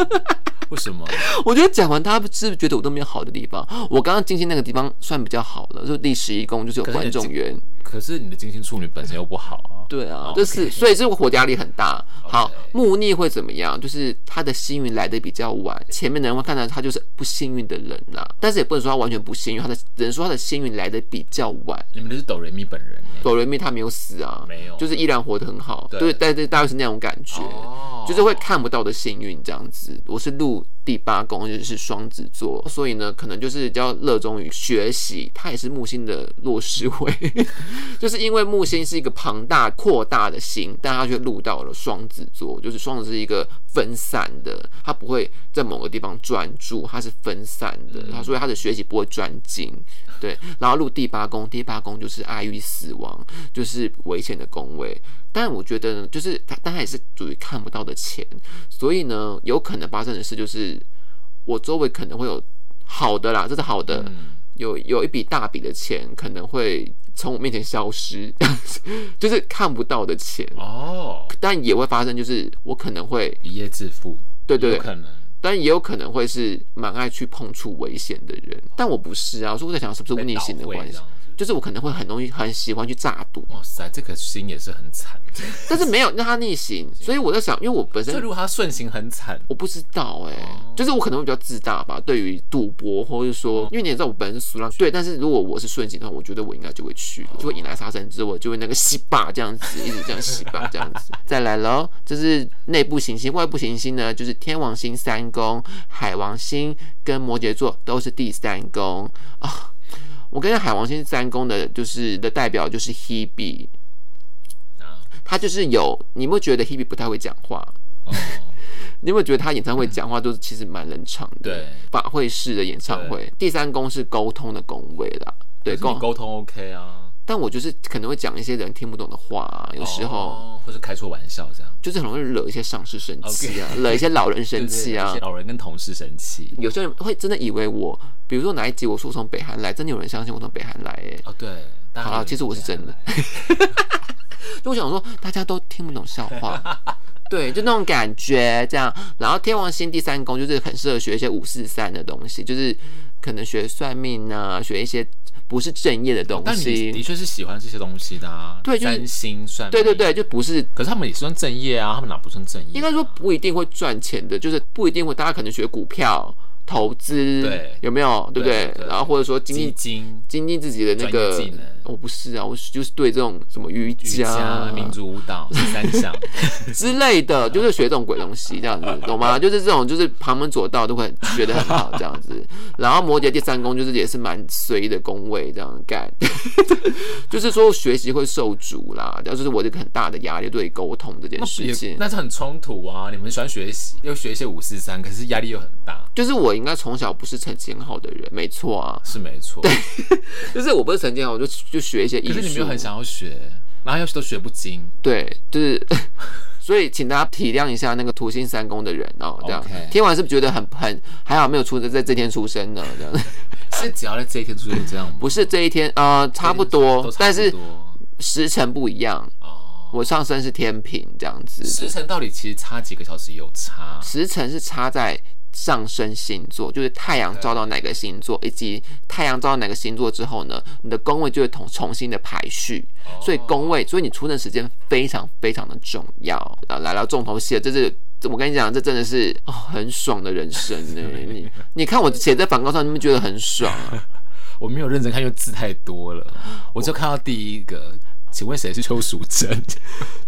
Speaker 2: 为什么？
Speaker 1: 我觉得讲完，他是不是觉得我都没有好的地方？我刚刚进行那个地方算比较好了，就第十一宫就是有
Speaker 2: 可是
Speaker 1: 观
Speaker 2: 你
Speaker 1: 众
Speaker 2: 进
Speaker 1: 缘。
Speaker 2: 可是你的金星处女本身又不好啊。
Speaker 1: 对啊
Speaker 2: 哦，
Speaker 1: 就是所以这个火压力很大。好
Speaker 2: OK，
Speaker 1: 木逆会怎么样？就是他的幸运来的比较晚，前面的人会看到他就是不幸运的人啦、但是也不能说他完全不幸运，他的只能说他的幸运来的比较晚。
Speaker 2: 你们就是抖人咪本人耶。
Speaker 1: 朵瑞咪他没有死啊，
Speaker 2: 没有
Speaker 1: 就是依然活得很好。
Speaker 2: 对
Speaker 1: 对，但是大概是那种感觉。
Speaker 2: 哦
Speaker 1: 就是会看不到的幸运这样子。我是入第八宫，就是双子座，所以呢，可能就是比较热衷于学习。它也是木星的弱势位， 就是因为木星是一个庞大扩大的星，但它却入到了双子座，就是双子是一个分散的，它不会在某个地方专注，它是分散的，它所以它的学习不会专精。对，然后入第八宫，第八宫就是爱与死亡，就是危险的宫位。但我觉得呢，就是它，但它也是属于看不到的钱，所以呢，有可能发生的事就是，我周围可能会有好的啦，这是好的，
Speaker 2: 嗯，
Speaker 1: 有有一笔大笔的钱可能会从我面前消失， 就是看不到的钱，
Speaker 2: 哦，
Speaker 1: 但也会发生，就是我可能会，
Speaker 2: 一夜致富，
Speaker 1: 对对
Speaker 2: 有
Speaker 1: 对，
Speaker 2: 可能。
Speaker 1: 但也有可能会是蛮爱去碰触危险的人，但我不是啊，所以我在想是不是逆行的
Speaker 2: 被倒
Speaker 1: 关
Speaker 2: 会这
Speaker 1: 系
Speaker 2: 样。子
Speaker 1: 就是我可能会很容易很喜欢去诈 赌，
Speaker 2: 哇塞，这颗心也是很惨。
Speaker 1: 但是没有让他逆行，所以我在想，因为我本身
Speaker 2: 所以如果他哦顺行很惨，
Speaker 1: 我不知道哎、就是我可能会比较自大吧，对于赌博，或者是
Speaker 2: 哦
Speaker 1: 说，因为你也知道我本身是俗浪，对，但是如果我是顺境的话，我觉得我应该就会去，就会引来杀身之祸，就会那个洗吧这样子，一直这样洗吧这样 子。再来喽，这是内部行星，外部行星呢就是天王星三宫、海王星跟摩羯座都是第三宫啊。我跟海王星三宫的，就是的代表就是 Hebe，
Speaker 2: 啊，
Speaker 1: 他就是有，你有没有觉得 Hebe 不太会讲话？
Speaker 2: 哦，
Speaker 1: 你有没有觉得他演唱会讲话都是其实蛮冷场的？
Speaker 2: 对，
Speaker 1: 法会式的演唱会。第三宫是沟通的宫位啦，对，
Speaker 2: 可是你
Speaker 1: 沟。
Speaker 2: 沟通 OK 啊，
Speaker 1: 但我就是可能会讲一些人听不懂的话、啊，有时候、
Speaker 2: 哦或是开出玩笑这样，
Speaker 1: 就是很容易惹一些上司生气啊，惹一些老人生气啊
Speaker 2: 对对对有些。老人跟同事生气。
Speaker 1: 有些人会真的以为我，比如说哪一集我说我从北韩来，真的有人相信我从北韩来、欸，
Speaker 2: 哦，对，大家
Speaker 1: 好啦
Speaker 2: 有人
Speaker 1: 其实我是真的
Speaker 2: 这样来
Speaker 1: 就我想说，大家都听不懂笑话， 对，就那种感觉这样。然后天王星第三宫就是很适合学一些五四三的东西，就是可能学算命啊，学一些不是正业的 东
Speaker 2: 但你的
Speaker 1: 西。
Speaker 2: 确是喜欢这些东西的啊，
Speaker 1: 对就是
Speaker 2: 占星算，
Speaker 1: 对对。对，就不是。
Speaker 2: 可是他们也算正业啊，他们哪不算正业？
Speaker 1: 应该说不一定会赚钱的，就是不一定会。大家可能学股票，投资，
Speaker 2: 对
Speaker 1: 有没有，对不
Speaker 2: 对
Speaker 1: 对？
Speaker 2: 对
Speaker 1: 然后或者说经
Speaker 2: 基
Speaker 1: 济
Speaker 2: 金、
Speaker 1: 经济自己的那
Speaker 2: 专
Speaker 1: 个
Speaker 2: 业技能，
Speaker 1: 我不是啊，我是就是对这种什么瑜啊
Speaker 2: 瑜伽、啊民族舞蹈这三 项，
Speaker 1: 之类的，就是学这种鬼东西，这样子，懂 吗？就是这种，就是旁门左道都会学的很好，这样子。然后摩羯第三宫就是也是蛮随意的宫位，这样干， 就是说学习会受阻啦，然后就是我这个很大的压力对于沟通这件
Speaker 2: 那
Speaker 1: 事
Speaker 2: 也
Speaker 1: 情。
Speaker 2: 那是很冲突啊！你们喜欢学习，又学一些五四三，可是压力又很大，
Speaker 1: 就是我应该从小不是成绩很好的人，没错啊，
Speaker 2: 是没错。
Speaker 1: 就是我不是成绩很好，我就就学一些艺
Speaker 2: 可
Speaker 1: 术。
Speaker 2: 是你们又很想要学，然后又都学不精，
Speaker 1: 对，就是， 所以请大家体谅一下那个土星三宫的人哦，这样
Speaker 2: OK
Speaker 1: 听完是不是觉得很很还好没有出生在这天出生呢？这样
Speaker 2: 是只要在这一天出现这样吗？
Speaker 1: 不是这一天，呃，差不多，
Speaker 2: 都差不
Speaker 1: 但是
Speaker 2: 多
Speaker 1: 时辰不一样。
Speaker 2: 哦，
Speaker 1: 我上升是天平这样子，
Speaker 2: 时辰到底其实差几个小时有差，
Speaker 1: 时辰是差在上升星座，就是太阳照到哪个星座，以及太阳照到哪个星座之后呢，你的宫位就会重重新的排序。
Speaker 2: 哦
Speaker 1: 所以宫位，所以你出生时间非常非常的重要啊！来到重头戏了，这是我跟你讲，这真的是哦很爽的人生呢。你你看我写在反告上，你们觉得很爽啊？
Speaker 2: 我没有认真看，因为字太多了，我就看到第一个。请问谁是邱淑 贞？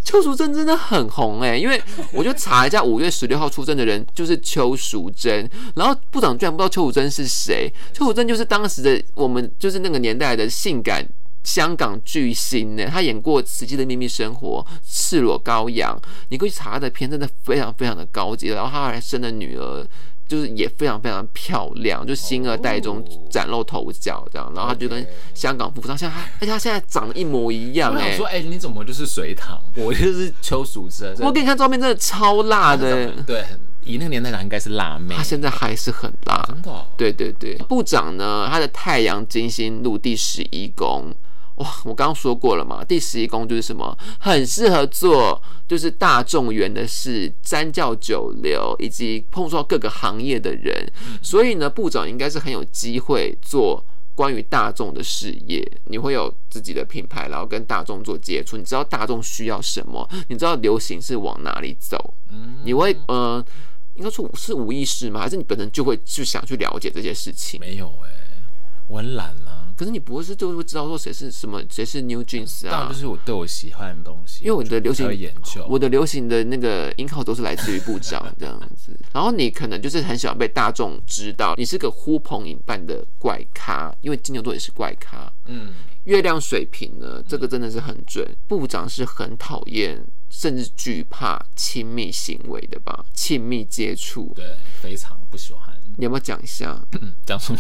Speaker 1: 邱淑贞真的很红哎、因为我就查一下五月十六号出生的人就是邱淑贞，然后部长居然不知道邱淑贞是谁，邱淑贞就是当时的我们就是那个年代的性感。香港巨星呢，她演过《慈禧的秘密生活》《赤裸羔羊》，你可以去查她的片，真的非常非常的高级。然后她还生了女儿，就是也非常非常漂亮，就星二代中
Speaker 2: 哦
Speaker 1: 崭露头角这样。然后她就跟
Speaker 2: OK
Speaker 1: 香港富商，像她，而且她现在长得一模一样
Speaker 2: 我
Speaker 1: 哎、
Speaker 2: 想说，哎、你怎么就是隋唐？我就是邱淑贞。
Speaker 1: 我给你看照片，真的超辣的。
Speaker 2: 对，以那个年代讲，应该是辣妹
Speaker 1: 她。现在还是很辣。
Speaker 2: 真的、哦，
Speaker 1: 对对对，部长呢，他的太阳金星入第十一宫。哇，我刚刚说过了嘛，第十一宫就是什么，很适合做就是大众缘的事，三教九流以及碰撞各个行业的人，所以呢，部长应该是很有机会做关于大众的事业，你会有自己的品牌，然后跟大众做接触，你知道大众需要什么，你知道流行是往哪里走，
Speaker 2: 嗯，
Speaker 1: 你会呃，应该说是无意识吗？还是你本身就会去想去了解这些事情？
Speaker 2: 没有哎、我很懒啊。
Speaker 1: 可是你不会是就会知道说谁是什么，谁是 New Jeans
Speaker 2: 当然
Speaker 1: 啊
Speaker 2: 就？是我对我喜欢的东西，
Speaker 1: 因为我的流行
Speaker 2: 才会研究，
Speaker 1: 我的流行的那个音号都是来自于部长这样子，然后你可能就是很喜欢被大众知道，你是个呼朋引伴的怪咖，因为金牛座也是怪咖。
Speaker 2: 嗯，
Speaker 1: 月亮水瓶呢，这个真的是很准，部长是很讨厌甚至惧怕亲密行为的吧？亲密接触，
Speaker 2: 对，非常不喜欢。
Speaker 1: 你要不要讲一下？
Speaker 2: 嗯，讲什么？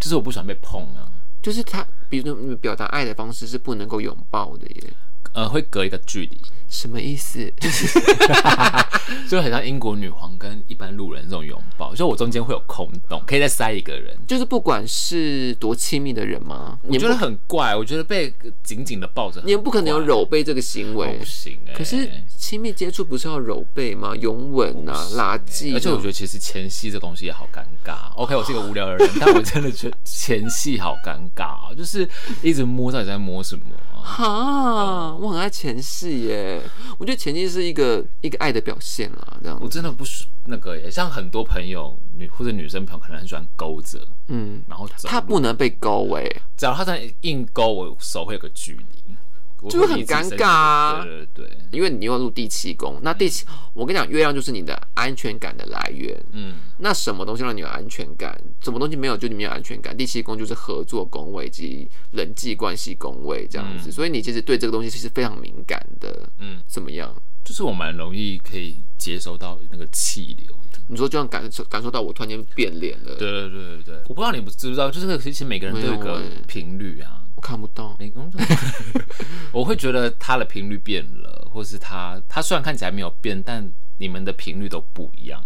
Speaker 2: 就是我不喜欢被碰啊，
Speaker 1: 就是他，比如说你表达爱的方式是不能够拥抱的耶，
Speaker 2: 呃，会隔一个距离，
Speaker 1: 什么意思？
Speaker 2: 就很像英国女皇跟一般路人这种拥抱，就我中间会有空洞，可以再塞一个人。
Speaker 1: 就是不管是多亲密的人吗？
Speaker 2: 我
Speaker 1: 你
Speaker 2: 觉
Speaker 1: 们
Speaker 2: 得很怪，我觉得被紧紧的抱着很怪，
Speaker 1: 你们不可能有揉背这个行
Speaker 2: 我
Speaker 1: 为
Speaker 2: 不，行哎、
Speaker 1: 可是亲密接触不是要揉背吗？拥吻啊，拉近啊，
Speaker 2: 而且我觉
Speaker 1: 得
Speaker 2: 得其实前戏这东西也好尴尬。OK，我是一个无聊的人，但我真的觉得前戏好尴尬，就是一直摸到底在摸什么啊、
Speaker 1: 哈，我很爱前戏耶，我觉得前戏是一个一个爱的表现啦，这样
Speaker 2: 我
Speaker 1: 子，
Speaker 2: 真的不是那个耶，像很多朋友女或者女生朋友可能很喜欢勾着，
Speaker 1: 嗯，
Speaker 2: 然后走
Speaker 1: 他不能被勾哎，
Speaker 2: 只要他在硬勾，我手会有个距离，我
Speaker 1: 就会很
Speaker 2: 一直伸
Speaker 1: 尴尬啊
Speaker 2: 对对对，
Speaker 1: 因为你又要入第七宫，那第七，我跟你讲，月亮就是你的安全感的来源，
Speaker 2: 嗯，
Speaker 1: 那什么东西让你有安全感？什么东西没有就你没有安全感？第七宫就是合作宫位及人际关系宫位这样子，所以你其实对这个东西是非常敏感的。
Speaker 2: 嗯，
Speaker 1: 怎么样？
Speaker 2: 就是我蛮容易可以接收到那个气流的。
Speaker 1: 你说就像感受感受到我突然间变脸了，
Speaker 2: 对对对对对，我不知道你不知不知道，就是其实每个人都有一个
Speaker 1: 没有欸
Speaker 2: 频率啊。
Speaker 1: 我看不到。
Speaker 2: 没工 作，我会觉得他的频率变了，或是他他虽然看起来没有变，但你们的频率都不一样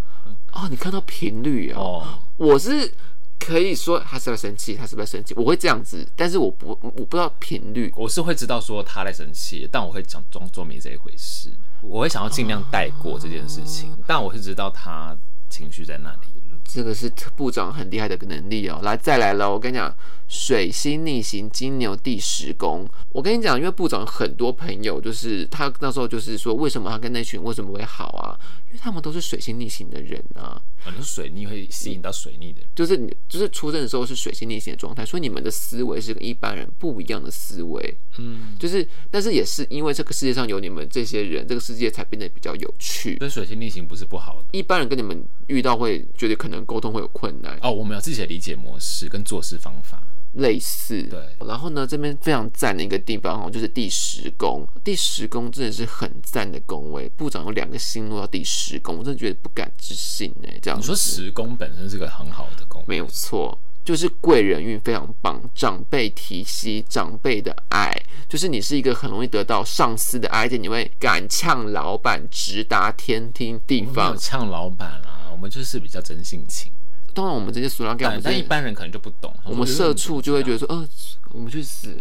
Speaker 1: 哦，你看到频率哦，
Speaker 2: 哦。
Speaker 1: 我是可以说他是不是生气，他是不是生气，我会这样子，但是我不我不知道频率。
Speaker 2: 我是会知道说他在生气，但我会讲装作没这一回事，我会想要尽量带过这件事情，但我是知道他情绪在那里了。
Speaker 1: 这个是部长很厉害的能力哦。来，再来了，我跟你讲，水星逆行金牛第十宫，我跟你讲，因为部长很多朋友就是他那时候就是说，为什么他跟那群为什么会好啊？因为他们都是水星逆行的人啊，
Speaker 2: 反正哦水逆会吸引到水逆的人。
Speaker 1: 就是你就是出生的时候是水星逆行的状态，所以你们的思维是跟一般人不一样的思维。
Speaker 2: 嗯，
Speaker 1: 就是，但是也是因为这个世界上有你们这些人，这个世界才变得比较有趣。
Speaker 2: 所以水星逆行不是不好的
Speaker 1: 一般人跟你们遇到会觉得可能沟通会有困难，
Speaker 2: 哦。我们有自己的理解模式跟做事方法。
Speaker 1: 类似。
Speaker 2: 对，
Speaker 1: 然后呢，这边非常赞的一个地方哦，就是第十宫。第十宫真的是很赞的宫位，部长有两个星落到第十宫，我真的觉得不敢置信哎、这样
Speaker 2: 你
Speaker 1: 子
Speaker 2: 说十宫本身是个很好的宫，
Speaker 1: 没有错，就是贵人运非常棒，长辈提携，长辈的爱，就是你是一个很容易得到上司的爱，而且你会敢呛老板，直达天听地
Speaker 2: 我们没
Speaker 1: 方
Speaker 2: 有。呛老板啦，我们就是比较真性情。
Speaker 1: 当然，我们这些俗人给我
Speaker 2: 但
Speaker 1: 们这
Speaker 2: 但一
Speaker 1: 些
Speaker 2: 般人可能就不懂，
Speaker 1: 我们社畜就会觉得说，呃，我们去 死。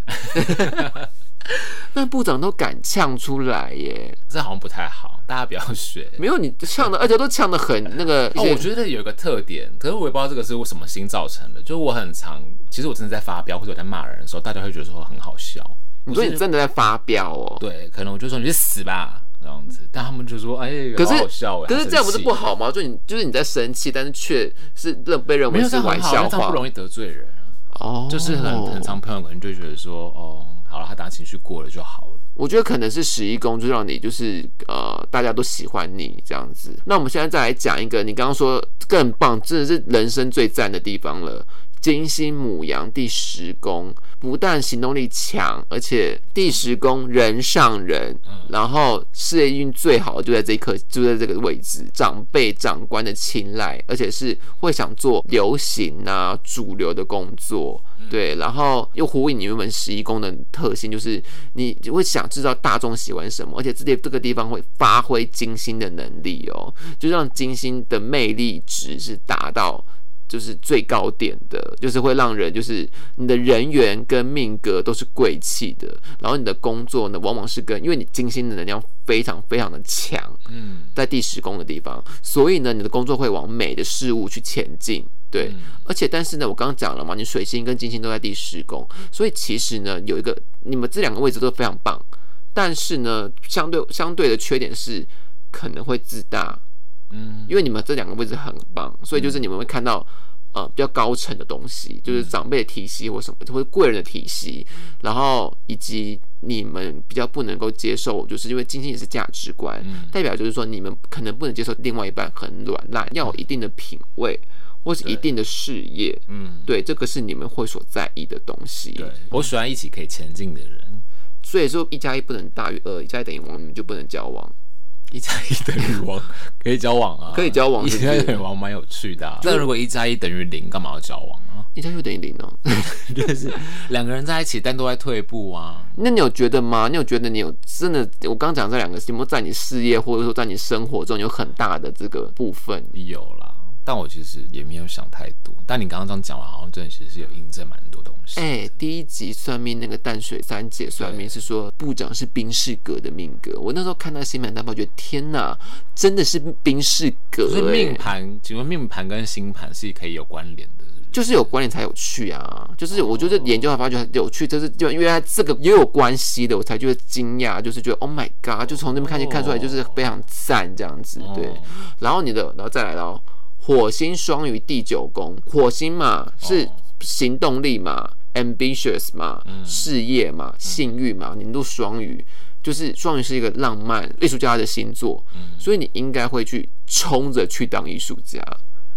Speaker 1: 那部长都敢呛出来耶，
Speaker 2: 这好像不太好，大家不要学。
Speaker 1: 没有你呛的，而且都呛的很那个。
Speaker 2: 哦，我觉得有一个特点，可是我也不知道这个是为什么心造成的。就是我很常，其实我真的在发飙或者我在骂人的时候，大家会觉得说很好笑。
Speaker 1: 你说
Speaker 2: 不
Speaker 1: 你
Speaker 2: 是
Speaker 1: 真的在发飙哦。
Speaker 2: 对，啊可能我就说你去死吧这样子，但他们就说哎，
Speaker 1: 可是
Speaker 2: 好好笑哎，
Speaker 1: 可是这样不是不
Speaker 2: 好
Speaker 1: 好吗？就你就是你在生气，但是却是认被认
Speaker 2: 生气，没
Speaker 1: 为
Speaker 2: 有这
Speaker 1: 是
Speaker 2: 样
Speaker 1: 玩
Speaker 2: 很好，因
Speaker 1: 笑
Speaker 2: 为这样
Speaker 1: 话
Speaker 2: 不，容易得罪人。
Speaker 1: 哦，
Speaker 2: 就是很很。常朋友可能就会觉得说哦，好了，他当情绪过了就好了。
Speaker 1: 我觉得可能是十一宫就让你就是呃，大家都喜欢你这样子。那我们现在再来讲一个，你刚刚说更棒，真的是人生最赞的地方了。金星母羊第十宫，不但行动力强，而且第十宫人上人，然后事业运最好的就在这一刻，就在这个位置，长辈长官的青睐，而且是会想做流行啊主流的工作，对，然后又呼应你原本十一宫的特性，就是你会想知道大众喜欢什么，而且这里这个地方会发挥金星的能力哦，就让金星的魅力值是达到。就是最高点的，就是会让人就是你的人缘跟命格都是贵气的，然后你的工作呢，往往是跟因为你金星的能量非常非常的强，
Speaker 2: 嗯，
Speaker 1: 在第十宫的地方，所以呢，你的工作会往美的事物去前进。对，
Speaker 2: 嗯
Speaker 1: 而且但是呢，我刚刚讲了嘛，你水星跟金星都在第十宫，所以其实呢，有一个你们这两个位置都非常棒，但是呢，相对相对的缺点是可能会自大，
Speaker 2: 嗯，
Speaker 1: 因为你们这两个位置很棒，所以就是你们会看到呃比较高层的东西，
Speaker 2: 嗯
Speaker 1: 就是长辈的提携或什么，或者贵人的提携，然后以及你们比较不能够接受，就是因为金星也是价值观，
Speaker 2: 嗯
Speaker 1: 代表就是说你们可能不能接受另外一半很软烂，
Speaker 2: 嗯
Speaker 1: 要有一定的品味或是一定的事业，
Speaker 2: 嗯，
Speaker 1: 对，这个是你们会所在意的东西。
Speaker 2: 对，我喜欢一起可以前进的人，
Speaker 1: 所以说一加一不能大于二，一加一等于王，你们就不能交往。
Speaker 2: 一加一等 于王，可以交往啊，
Speaker 1: 可以交往
Speaker 2: 一
Speaker 1: 是不
Speaker 2: 加
Speaker 1: 是
Speaker 2: 一等于王蛮有趣的、啊。
Speaker 1: 就是
Speaker 2: 那如果一加一等于零，干嘛要交往啊？
Speaker 1: 一加一等于零哦。
Speaker 2: 就是两个人在一起，但都在退步啊。
Speaker 1: 那你有觉得吗？你有觉得你有真的？我刚讲这两个，有没有在你事业或者说在你生活中有很大的这个部分？
Speaker 2: 有啦，但我其实也没有想太多。但你刚刚这样讲完，好像真的其实是有印证蛮多东西。
Speaker 1: 哎、第一集算命那个淡水三姐算命是说部长是冰士格的命格，我那时候看到新闻单报，觉得天哪，真的是冰士格、
Speaker 2: 就是
Speaker 1: 哎
Speaker 2: 命盘，请问命盘跟星盘是可以有关联的，是不是？
Speaker 1: 就是有关联才有趣啊！就是
Speaker 2: 哦
Speaker 1: 我觉得研究才发觉很有趣，就是就因为它这个也有关系的，我才觉得惊讶，就是觉得 Oh my God，就从那边看就看出来，就是非常赞这样子，对。
Speaker 2: 哦
Speaker 1: 然后你的，然后再来咯，火星双鱼第九宫，火星嘛
Speaker 2: 哦
Speaker 1: 是行动力嘛、ambitious 嘛、
Speaker 2: 嗯
Speaker 1: 事业嘛、性欲嘛，你都双鱼，就是双鱼是一个浪漫艺术家的星座，
Speaker 2: 嗯
Speaker 1: 所以你应该会去冲着去当艺术家。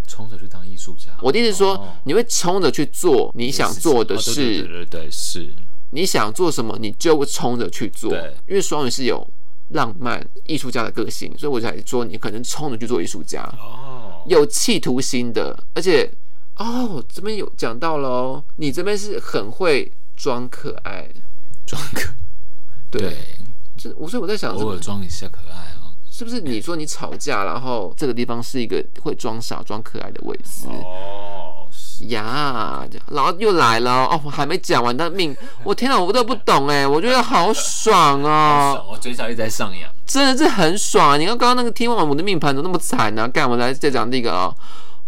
Speaker 2: 冲着去当艺术家。
Speaker 1: 我的意思是说
Speaker 2: 哦，
Speaker 1: 你会冲着去做你想做的
Speaker 2: 哦对对
Speaker 1: 事，
Speaker 2: 对对对，是。
Speaker 1: 你想做什么，你就冲着去做
Speaker 2: 对。
Speaker 1: 因为双鱼是有浪漫艺术家的个性，所以我才说你可能冲着去做艺术家。
Speaker 2: 哦，
Speaker 1: 有企图心的，而且哦，这边有讲到喽，你这边是很会装可爱，
Speaker 2: 装可
Speaker 1: 对，
Speaker 2: 对，
Speaker 1: 这我所以我在想，是
Speaker 2: 偶
Speaker 1: 不
Speaker 2: 尔
Speaker 1: 是
Speaker 2: 装一下可爱啊。
Speaker 1: 是不是你说你吵架，然后这个地方是一个会装傻、装可爱的位置
Speaker 2: 哦，是
Speaker 1: 呀然后又来了哦，我还没讲完，但命，我天哪，我都不懂哎，我觉得好爽哦，
Speaker 2: 爽我嘴角一直在上扬。
Speaker 1: 真的是很爽、啊。你看刚刚那个听完我的命盘怎么那么惨呢、啊？干，我们来再讲第一个啊、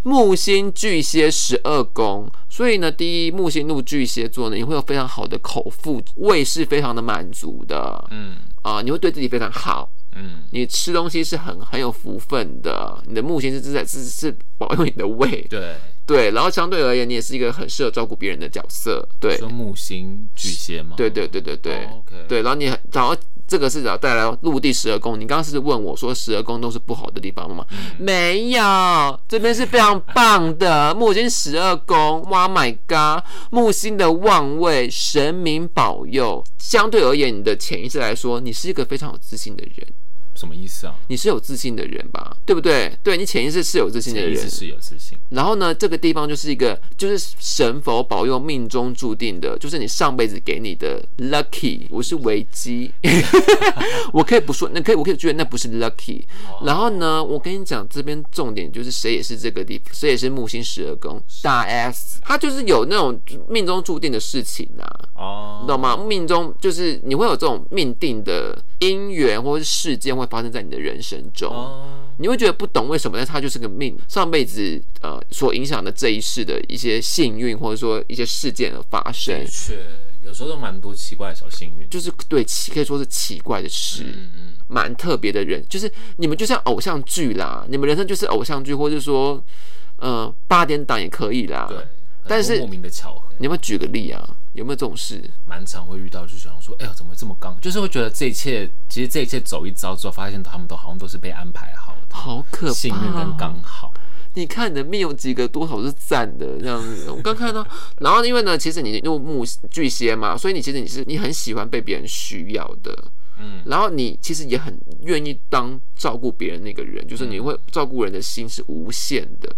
Speaker 1: 木星巨蟹十二宫，所以呢，第一木星入巨蟹座呢，你会有非常好的口腹，胃是非常的满足的
Speaker 2: 嗯
Speaker 1: 啊、你会对自己非常好，
Speaker 2: 嗯，
Speaker 1: 你吃东西是很很有福分的，你的木星是是在是是保佑你的胃，
Speaker 2: 对，
Speaker 1: 对，然后相对而言，你也是一个很适合照顾别人的角色，对，
Speaker 2: 说木星巨蟹吗？
Speaker 1: 对对对对对。
Speaker 2: 哦，OK，
Speaker 1: 对，然后你很然后这个是要带来陆地十二宫。你刚刚是问我说十二宫都是不好的地方吗？
Speaker 2: 嗯
Speaker 1: 没有，这边是非常棒的。木星十二宫哇，Oh my god！木星的旺位，神明保佑。相对而言，你的潜意识来说，你是一个非常有自信的人。
Speaker 2: 什么意思啊？
Speaker 1: 你是有自信的人吧？对不对？对你潜意识是有自信的
Speaker 2: 潜意
Speaker 1: 人
Speaker 2: 识。是有自信，
Speaker 1: 然后呢，这个地方就是一个，就是神佛保佑、命中注定的，就是你上辈子给你的 lucky。我是危机， 我可以不说，那可以，我可以觉得那不是 lucky。然后呢，我跟你讲，这边重点就是谁也是这个地，谁也是木星十二宫大 S，他就是有那种命中注定的事情啊。
Speaker 2: 哦，
Speaker 1: 你懂吗？命中就是你会有这种命定的因缘或是事件会发生在你的人生中，
Speaker 2: 哦，
Speaker 1: 你会觉得不懂为什么，但是它就是个命，上辈子呃所影响的这一世的一些幸运或者说一些事件的发生
Speaker 2: 的，确，有时候都蛮多奇怪的小幸运。
Speaker 1: 就是对奇可以说是奇怪的事，
Speaker 2: 嗯嗯，
Speaker 1: 蛮特别的人，就是你们就像偶像剧啦，你们人生就是偶像剧，或者说呃八点档也可以啦
Speaker 2: 对。。很多
Speaker 1: 但是
Speaker 2: 莫名的巧合，
Speaker 1: 你有没有举个例啊？有没有这种事？
Speaker 2: 蛮常会遇到，就想说，哎呀，怎么这么刚？就是会觉得这一切，其实这一切走一遭之后，发现他们都好像都是被安排好的，
Speaker 1: 好可怕、
Speaker 2: 幸运跟刚好。
Speaker 1: 你看你的命有几个多少是赞的这样子。我刚看到，然后因为呢，其实你入木巨蟹嘛，所以你其实你是你很喜欢被别人需要的，
Speaker 2: 嗯，
Speaker 1: 然后你其实也很愿意当照顾别人那个人，就是你会照顾人的心是无限的。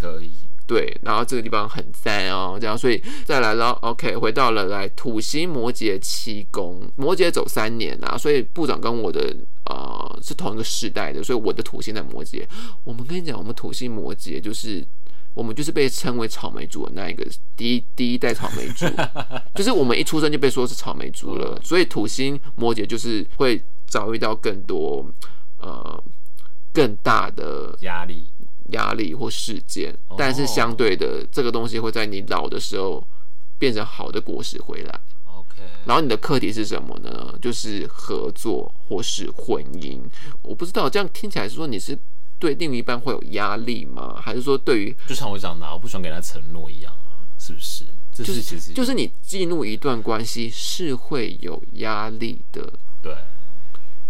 Speaker 2: 可以。
Speaker 1: 对，然后这个地方很赞哦，这样，所以再来了，OK，回到了来土星摩羯七宫，摩羯走三年啊，所以部长跟我的呃是同一个世代的，所以我的土星在摩羯。我们跟你讲，我们土星摩羯就是我们就是被称为草莓族的那一个第一第一代草莓族， 就是我们一出生就被说是草莓族了，所以土星摩羯就是会遭遇到更多呃更大的
Speaker 2: 压力，
Speaker 1: 压力或事件
Speaker 2: 哦，
Speaker 1: 但是相对的，这个东西会在你老的时候变成好的果实回来。
Speaker 2: OK，
Speaker 1: 然后你的课题是什么呢？就是合作或是婚姻。我不知道，这样听起来是说你是对另一半会有压力吗？还是说对于
Speaker 2: 就像我讲的啊，我不喜欢给他承诺一样啊，是不是？这
Speaker 1: 就是
Speaker 2: 其实
Speaker 1: 就是你进入一段关系是会有压力的？
Speaker 2: 对，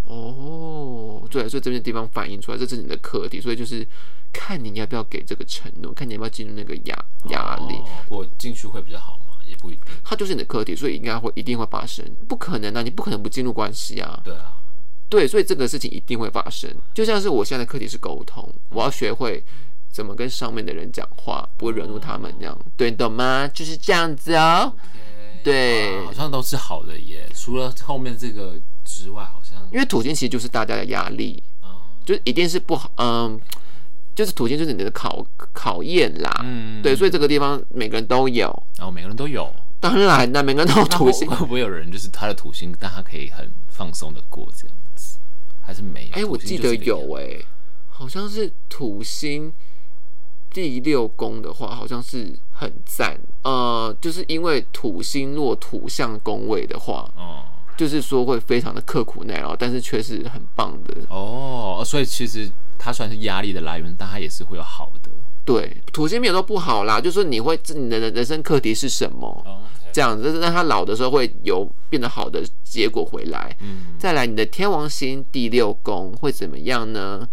Speaker 1: 哦，对，所以这边地方反映出来，这是你的课题，所以就是看你要不要给这个承诺，看你要不要进入那个压压力。
Speaker 2: 哦我进去会比较好吗？也不一定。
Speaker 1: 它就是你的课题，所以应该会一定会发生，不可能啊，你不可能不进入关系啊，
Speaker 2: 对啊，
Speaker 1: 对，所以这个事情一定会发生。就像是我现在的课题是沟通，我要学会怎么跟上面的人讲话，不会惹怒他们这样，对，你懂吗？就是这样子哦。对
Speaker 2: 啊好像都是好的耶，除了后面这个之外，好像
Speaker 1: 因为土星其实就是大家的压力，
Speaker 2: 啊，
Speaker 1: 就是一定是不好，嗯，就是土星就是你的考考验啦，
Speaker 2: 嗯
Speaker 1: 对，所以这个地方每个人都有，
Speaker 2: 然后每个人都有
Speaker 1: 当然啦，每个人都有土星
Speaker 2: 那。会会不会有人就是他的土星，但他可以很放松的过这样子？还是没有？
Speaker 1: 哎、我
Speaker 2: 土
Speaker 1: 记
Speaker 2: 星就
Speaker 1: 得
Speaker 2: 是这
Speaker 1: 有
Speaker 2: 样
Speaker 1: 哎、好像是土星第六宫的话，好像是很赞。呃，就是因为土星落土象宫位的话，
Speaker 2: 哦
Speaker 1: 就是说会非常的刻苦耐劳，但是却是很棒的。
Speaker 2: 哦，所以其实它虽然是压力的来源，但它也是会有好的。
Speaker 1: 对，土星没有说不好啦，就是你会你的人人生课题是什么？
Speaker 2: 哦，
Speaker 1: 这样，就是让他老的时候会有变得好的结果回来。
Speaker 2: 嗯，
Speaker 1: 再来，你的天王星第六宫会怎么样呢？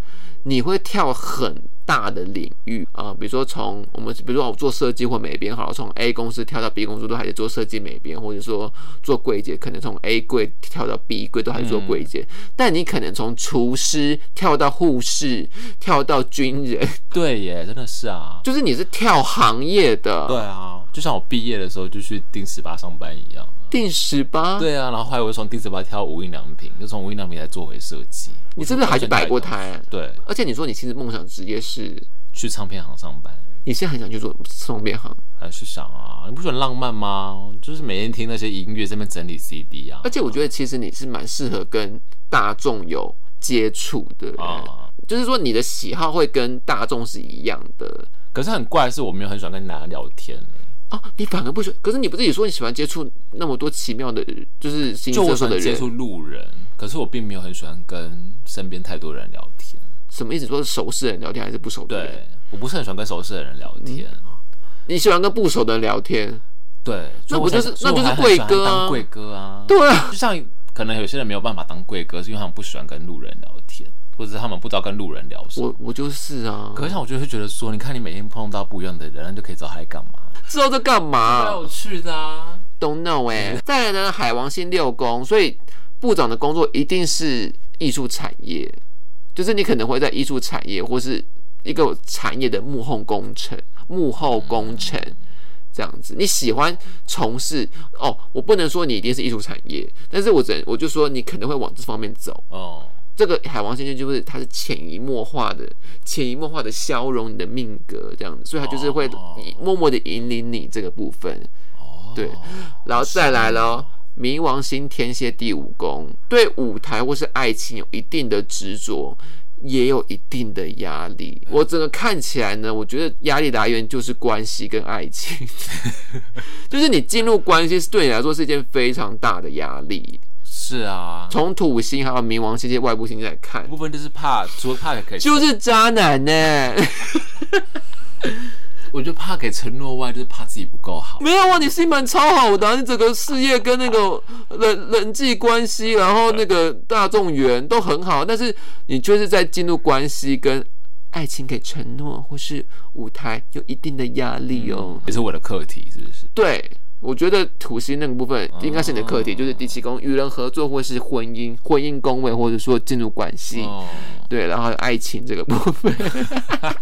Speaker 1: 你会跳很大的领域啊、呃比如说从我们比如说我做设计或美编，好了，从 A 公司跳到 B 公司都还是做设计美编，或者说做柜姐，可能从 A 柜跳到 B 柜都还是做柜姐，
Speaker 2: 嗯
Speaker 1: 但你可能从厨师跳到护士，跳到军人，
Speaker 2: 对耶，真的是啊。
Speaker 1: 就是你是跳行业的，
Speaker 2: 对啊，就像我毕业的时候就去定十八上班一样。
Speaker 1: 定时吧？
Speaker 2: 对啊，然后后来我就从定十八跳到无印良品，又从无印良品再做回设计。
Speaker 1: 你是不是还去摆过摊、
Speaker 2: 对，
Speaker 1: 而且你说你其实梦想职业是，
Speaker 2: 去唱片行上班
Speaker 1: 你现在很想去做送便行。
Speaker 2: 还是想啊，你不觉得很浪漫吗？就是每天听那些音乐，这边整理 CD 啊
Speaker 1: 而。且我觉得其实你是蛮适合跟大众有接触的人，
Speaker 2: 啊，
Speaker 1: 就是说你的喜好会跟大众是一样的，
Speaker 2: 可是很怪的是，我没有很喜欢跟大家聊天。
Speaker 1: 啊，你反而不喜欢，可是你不是也说你喜欢接触那么多奇妙的，就是形形色
Speaker 2: 就我喜
Speaker 1: 色的
Speaker 2: 欢接
Speaker 1: 人？
Speaker 2: 触路人，可是我并没有很喜欢跟身边太多人聊天。
Speaker 1: 什么意思？说是熟识的人聊天还是不熟的人？
Speaker 2: 对，我不是很喜欢跟熟识的人聊天。
Speaker 1: 你喜欢跟不熟的人聊天？
Speaker 2: 对，所以我
Speaker 1: 不就
Speaker 2: 才
Speaker 1: 是
Speaker 2: 所
Speaker 1: 嗯
Speaker 2: 以
Speaker 1: 那就
Speaker 2: 我
Speaker 1: 是
Speaker 2: 还很
Speaker 1: 贵
Speaker 2: 喜欢
Speaker 1: 哥啊
Speaker 2: 当贵哥啊。
Speaker 1: 对啊，
Speaker 2: 就像可能有些人没有办法当贵哥，是因为他们不喜欢跟路人聊天，或者是他们不知道跟路人聊什么。
Speaker 1: 我我就是啊，
Speaker 2: 可是像我就会觉得说，你看你每天碰到不一样的人，那你就可以知道他在干嘛，
Speaker 1: 知道在干嘛
Speaker 2: 蛮有趣的啊。
Speaker 1: ？Don't know 哎、再来呢，海王星六宫，所以部长的工作一定是艺术产业，就是你可能会在艺术产业或是一个产业的幕后工程、幕后工程。这样子，你喜欢从事哦？我不能说你一定是艺术产业，但是我只能我就说你可能会往这方面走。
Speaker 2: 哦，
Speaker 1: 这个海王星星就是它是潜移默化的、潜移默化的消融你的命格这样子，所以它就是会
Speaker 2: 哦
Speaker 1: 默默的引领你这个部分。
Speaker 2: 哦，
Speaker 1: 对，然后再来咯，冥王星天蝎第五宫，对舞台或是爱情有一定的执着，也有一定的压力。我整个看起来呢，我觉得压力来源就是关系跟爱情，就是你进入关系是对你来说是一件非常大的压力。
Speaker 2: 是啊，
Speaker 1: 从土星还有冥王星这些外部星来看
Speaker 2: 一，部分就是怕，除了怕可以，
Speaker 1: 就是渣男呢、
Speaker 2: 我就怕给承诺外，就是怕自己不够好。
Speaker 1: 没有啊，你心蛮超好的啊、你整个事业跟那个人人际关系，然后那个大众缘都很好，但是你就是在进入关系跟爱情给承诺或是舞台有一定的压力哦。
Speaker 2: 也是我的课题，是不是？
Speaker 1: 对，我觉得土星那个部分应该是你的课题，就是第七宫与人合作或是婚姻、婚姻宫位，或者说进入关系。
Speaker 2: 哦，
Speaker 1: 对，然后还有爱情这个部分。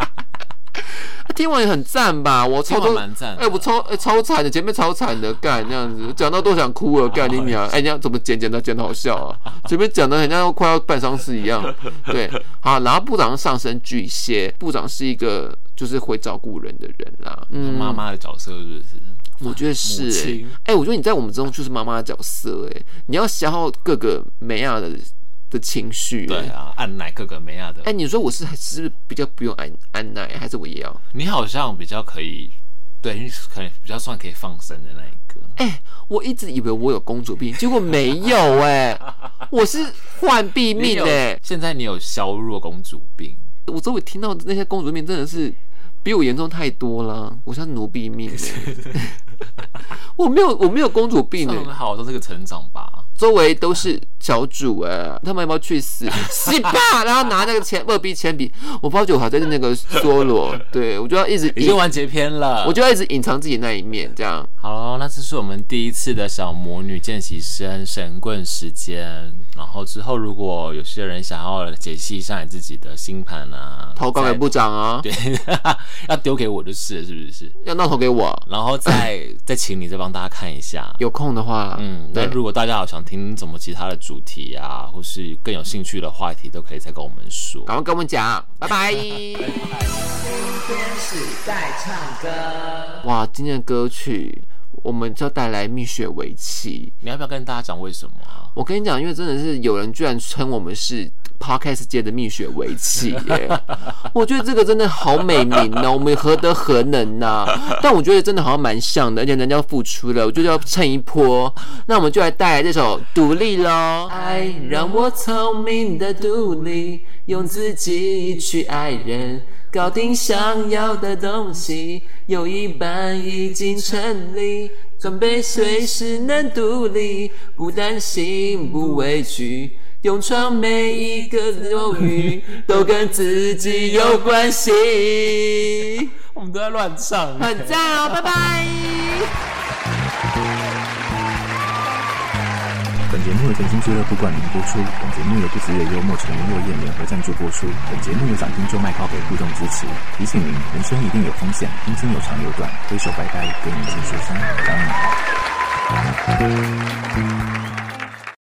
Speaker 1: 啊听完也很赞吧？我超
Speaker 2: 听完
Speaker 1: 多
Speaker 2: 蛮赞的
Speaker 1: 哎、我超、哎超惨的，前面超惨的，干那样子，讲到都想哭了，干
Speaker 2: 哦
Speaker 1: 你娘！哎、你要怎么剪剪的剪的好笑啊？前面讲的很像要快要办丧事一样。对，好，然后部长上升巨蟹，部长是一个就是会照顾人的人啦。嗯，
Speaker 2: 妈妈的角色是不是？
Speaker 1: 我觉得是
Speaker 2: 母
Speaker 1: 哎、
Speaker 2: 亲
Speaker 1: 哎、我觉得你在我们中就是妈妈的角色哎、你要消耗各个美亚的的情绪、哎
Speaker 2: 对啊，按奶哥哥梅亚的
Speaker 1: 哎、，你说我是还是不是比较不用按按奶，还是我也要？
Speaker 2: 你好像比较可以，对，你可能比较算可以放生的那一个。
Speaker 1: 哎、我一直以为我有公主病，结果没有哎、我是患病
Speaker 2: 你
Speaker 1: 命
Speaker 2: 有
Speaker 1: 哎、
Speaker 2: 现在你有削弱公主病，
Speaker 1: 我周围听到的那些公主病真的是比我严重太多了，我像奴婢命、欸。 我没有，我没有公主病哎、
Speaker 2: 那很好，这是个成长吧。
Speaker 1: 周围都是小主哎、他们要不要去死？ 洗吧，然后拿那个铅二 B 铅笔，我发觉我还在那个梭罗，对我就要一直
Speaker 2: 已
Speaker 1: 隐
Speaker 2: 经，完结篇了，
Speaker 1: 我就要一直隐藏自己那一面，这样。
Speaker 2: 好咯那这是我们第一次的小魔女见习生神棍时间。然后之后，如果有些人想要解析一下你自己的星盘啊，
Speaker 1: 投稿给部长啊，
Speaker 2: 对， 要丢给我就是了，是不是？
Speaker 1: 要闹投给我。啊
Speaker 2: 然后再再请你再帮大家看一下。
Speaker 1: 有空的话，
Speaker 2: 嗯，那
Speaker 1: 对，
Speaker 2: 如果大家有想听什么其他的主题啊，或是更有兴趣的话题，都可以再跟我们说。
Speaker 1: 赶快跟我们讲，拜拜。哇，今天的歌曲我们就要带来蜜雪维奇。
Speaker 2: 你要不要跟大家讲为什么啊？
Speaker 1: 我跟你讲，因为真的是有人居然称我们是 podcast 界的蜜雪维奇耶， 我觉得这个真的好美名呢、我们何德何能呐、但我觉得真的好像蛮像的，而且人家付出了，我觉得要蹭一波。那我们就来带来这首《独立》喽。爱让我聪明的独立，用自己去爱人。搞定想要的东西，有一半已经成立，准备随时能独立，不担心，不畏惧，勇闯每一个流域，都跟自己有关系。
Speaker 2: 我们都在乱唱
Speaker 1: 很赞哦，拜拜。
Speaker 3: 本节目由甜心俱乐部冠名播出，本节目由不只有幽默陈落叶联合赞助播出，本节目由掌心就卖靠北互动支持。提醒您，人生一定有风险，人生有长有短，挥手拜拜，跟你一起说声，当你好。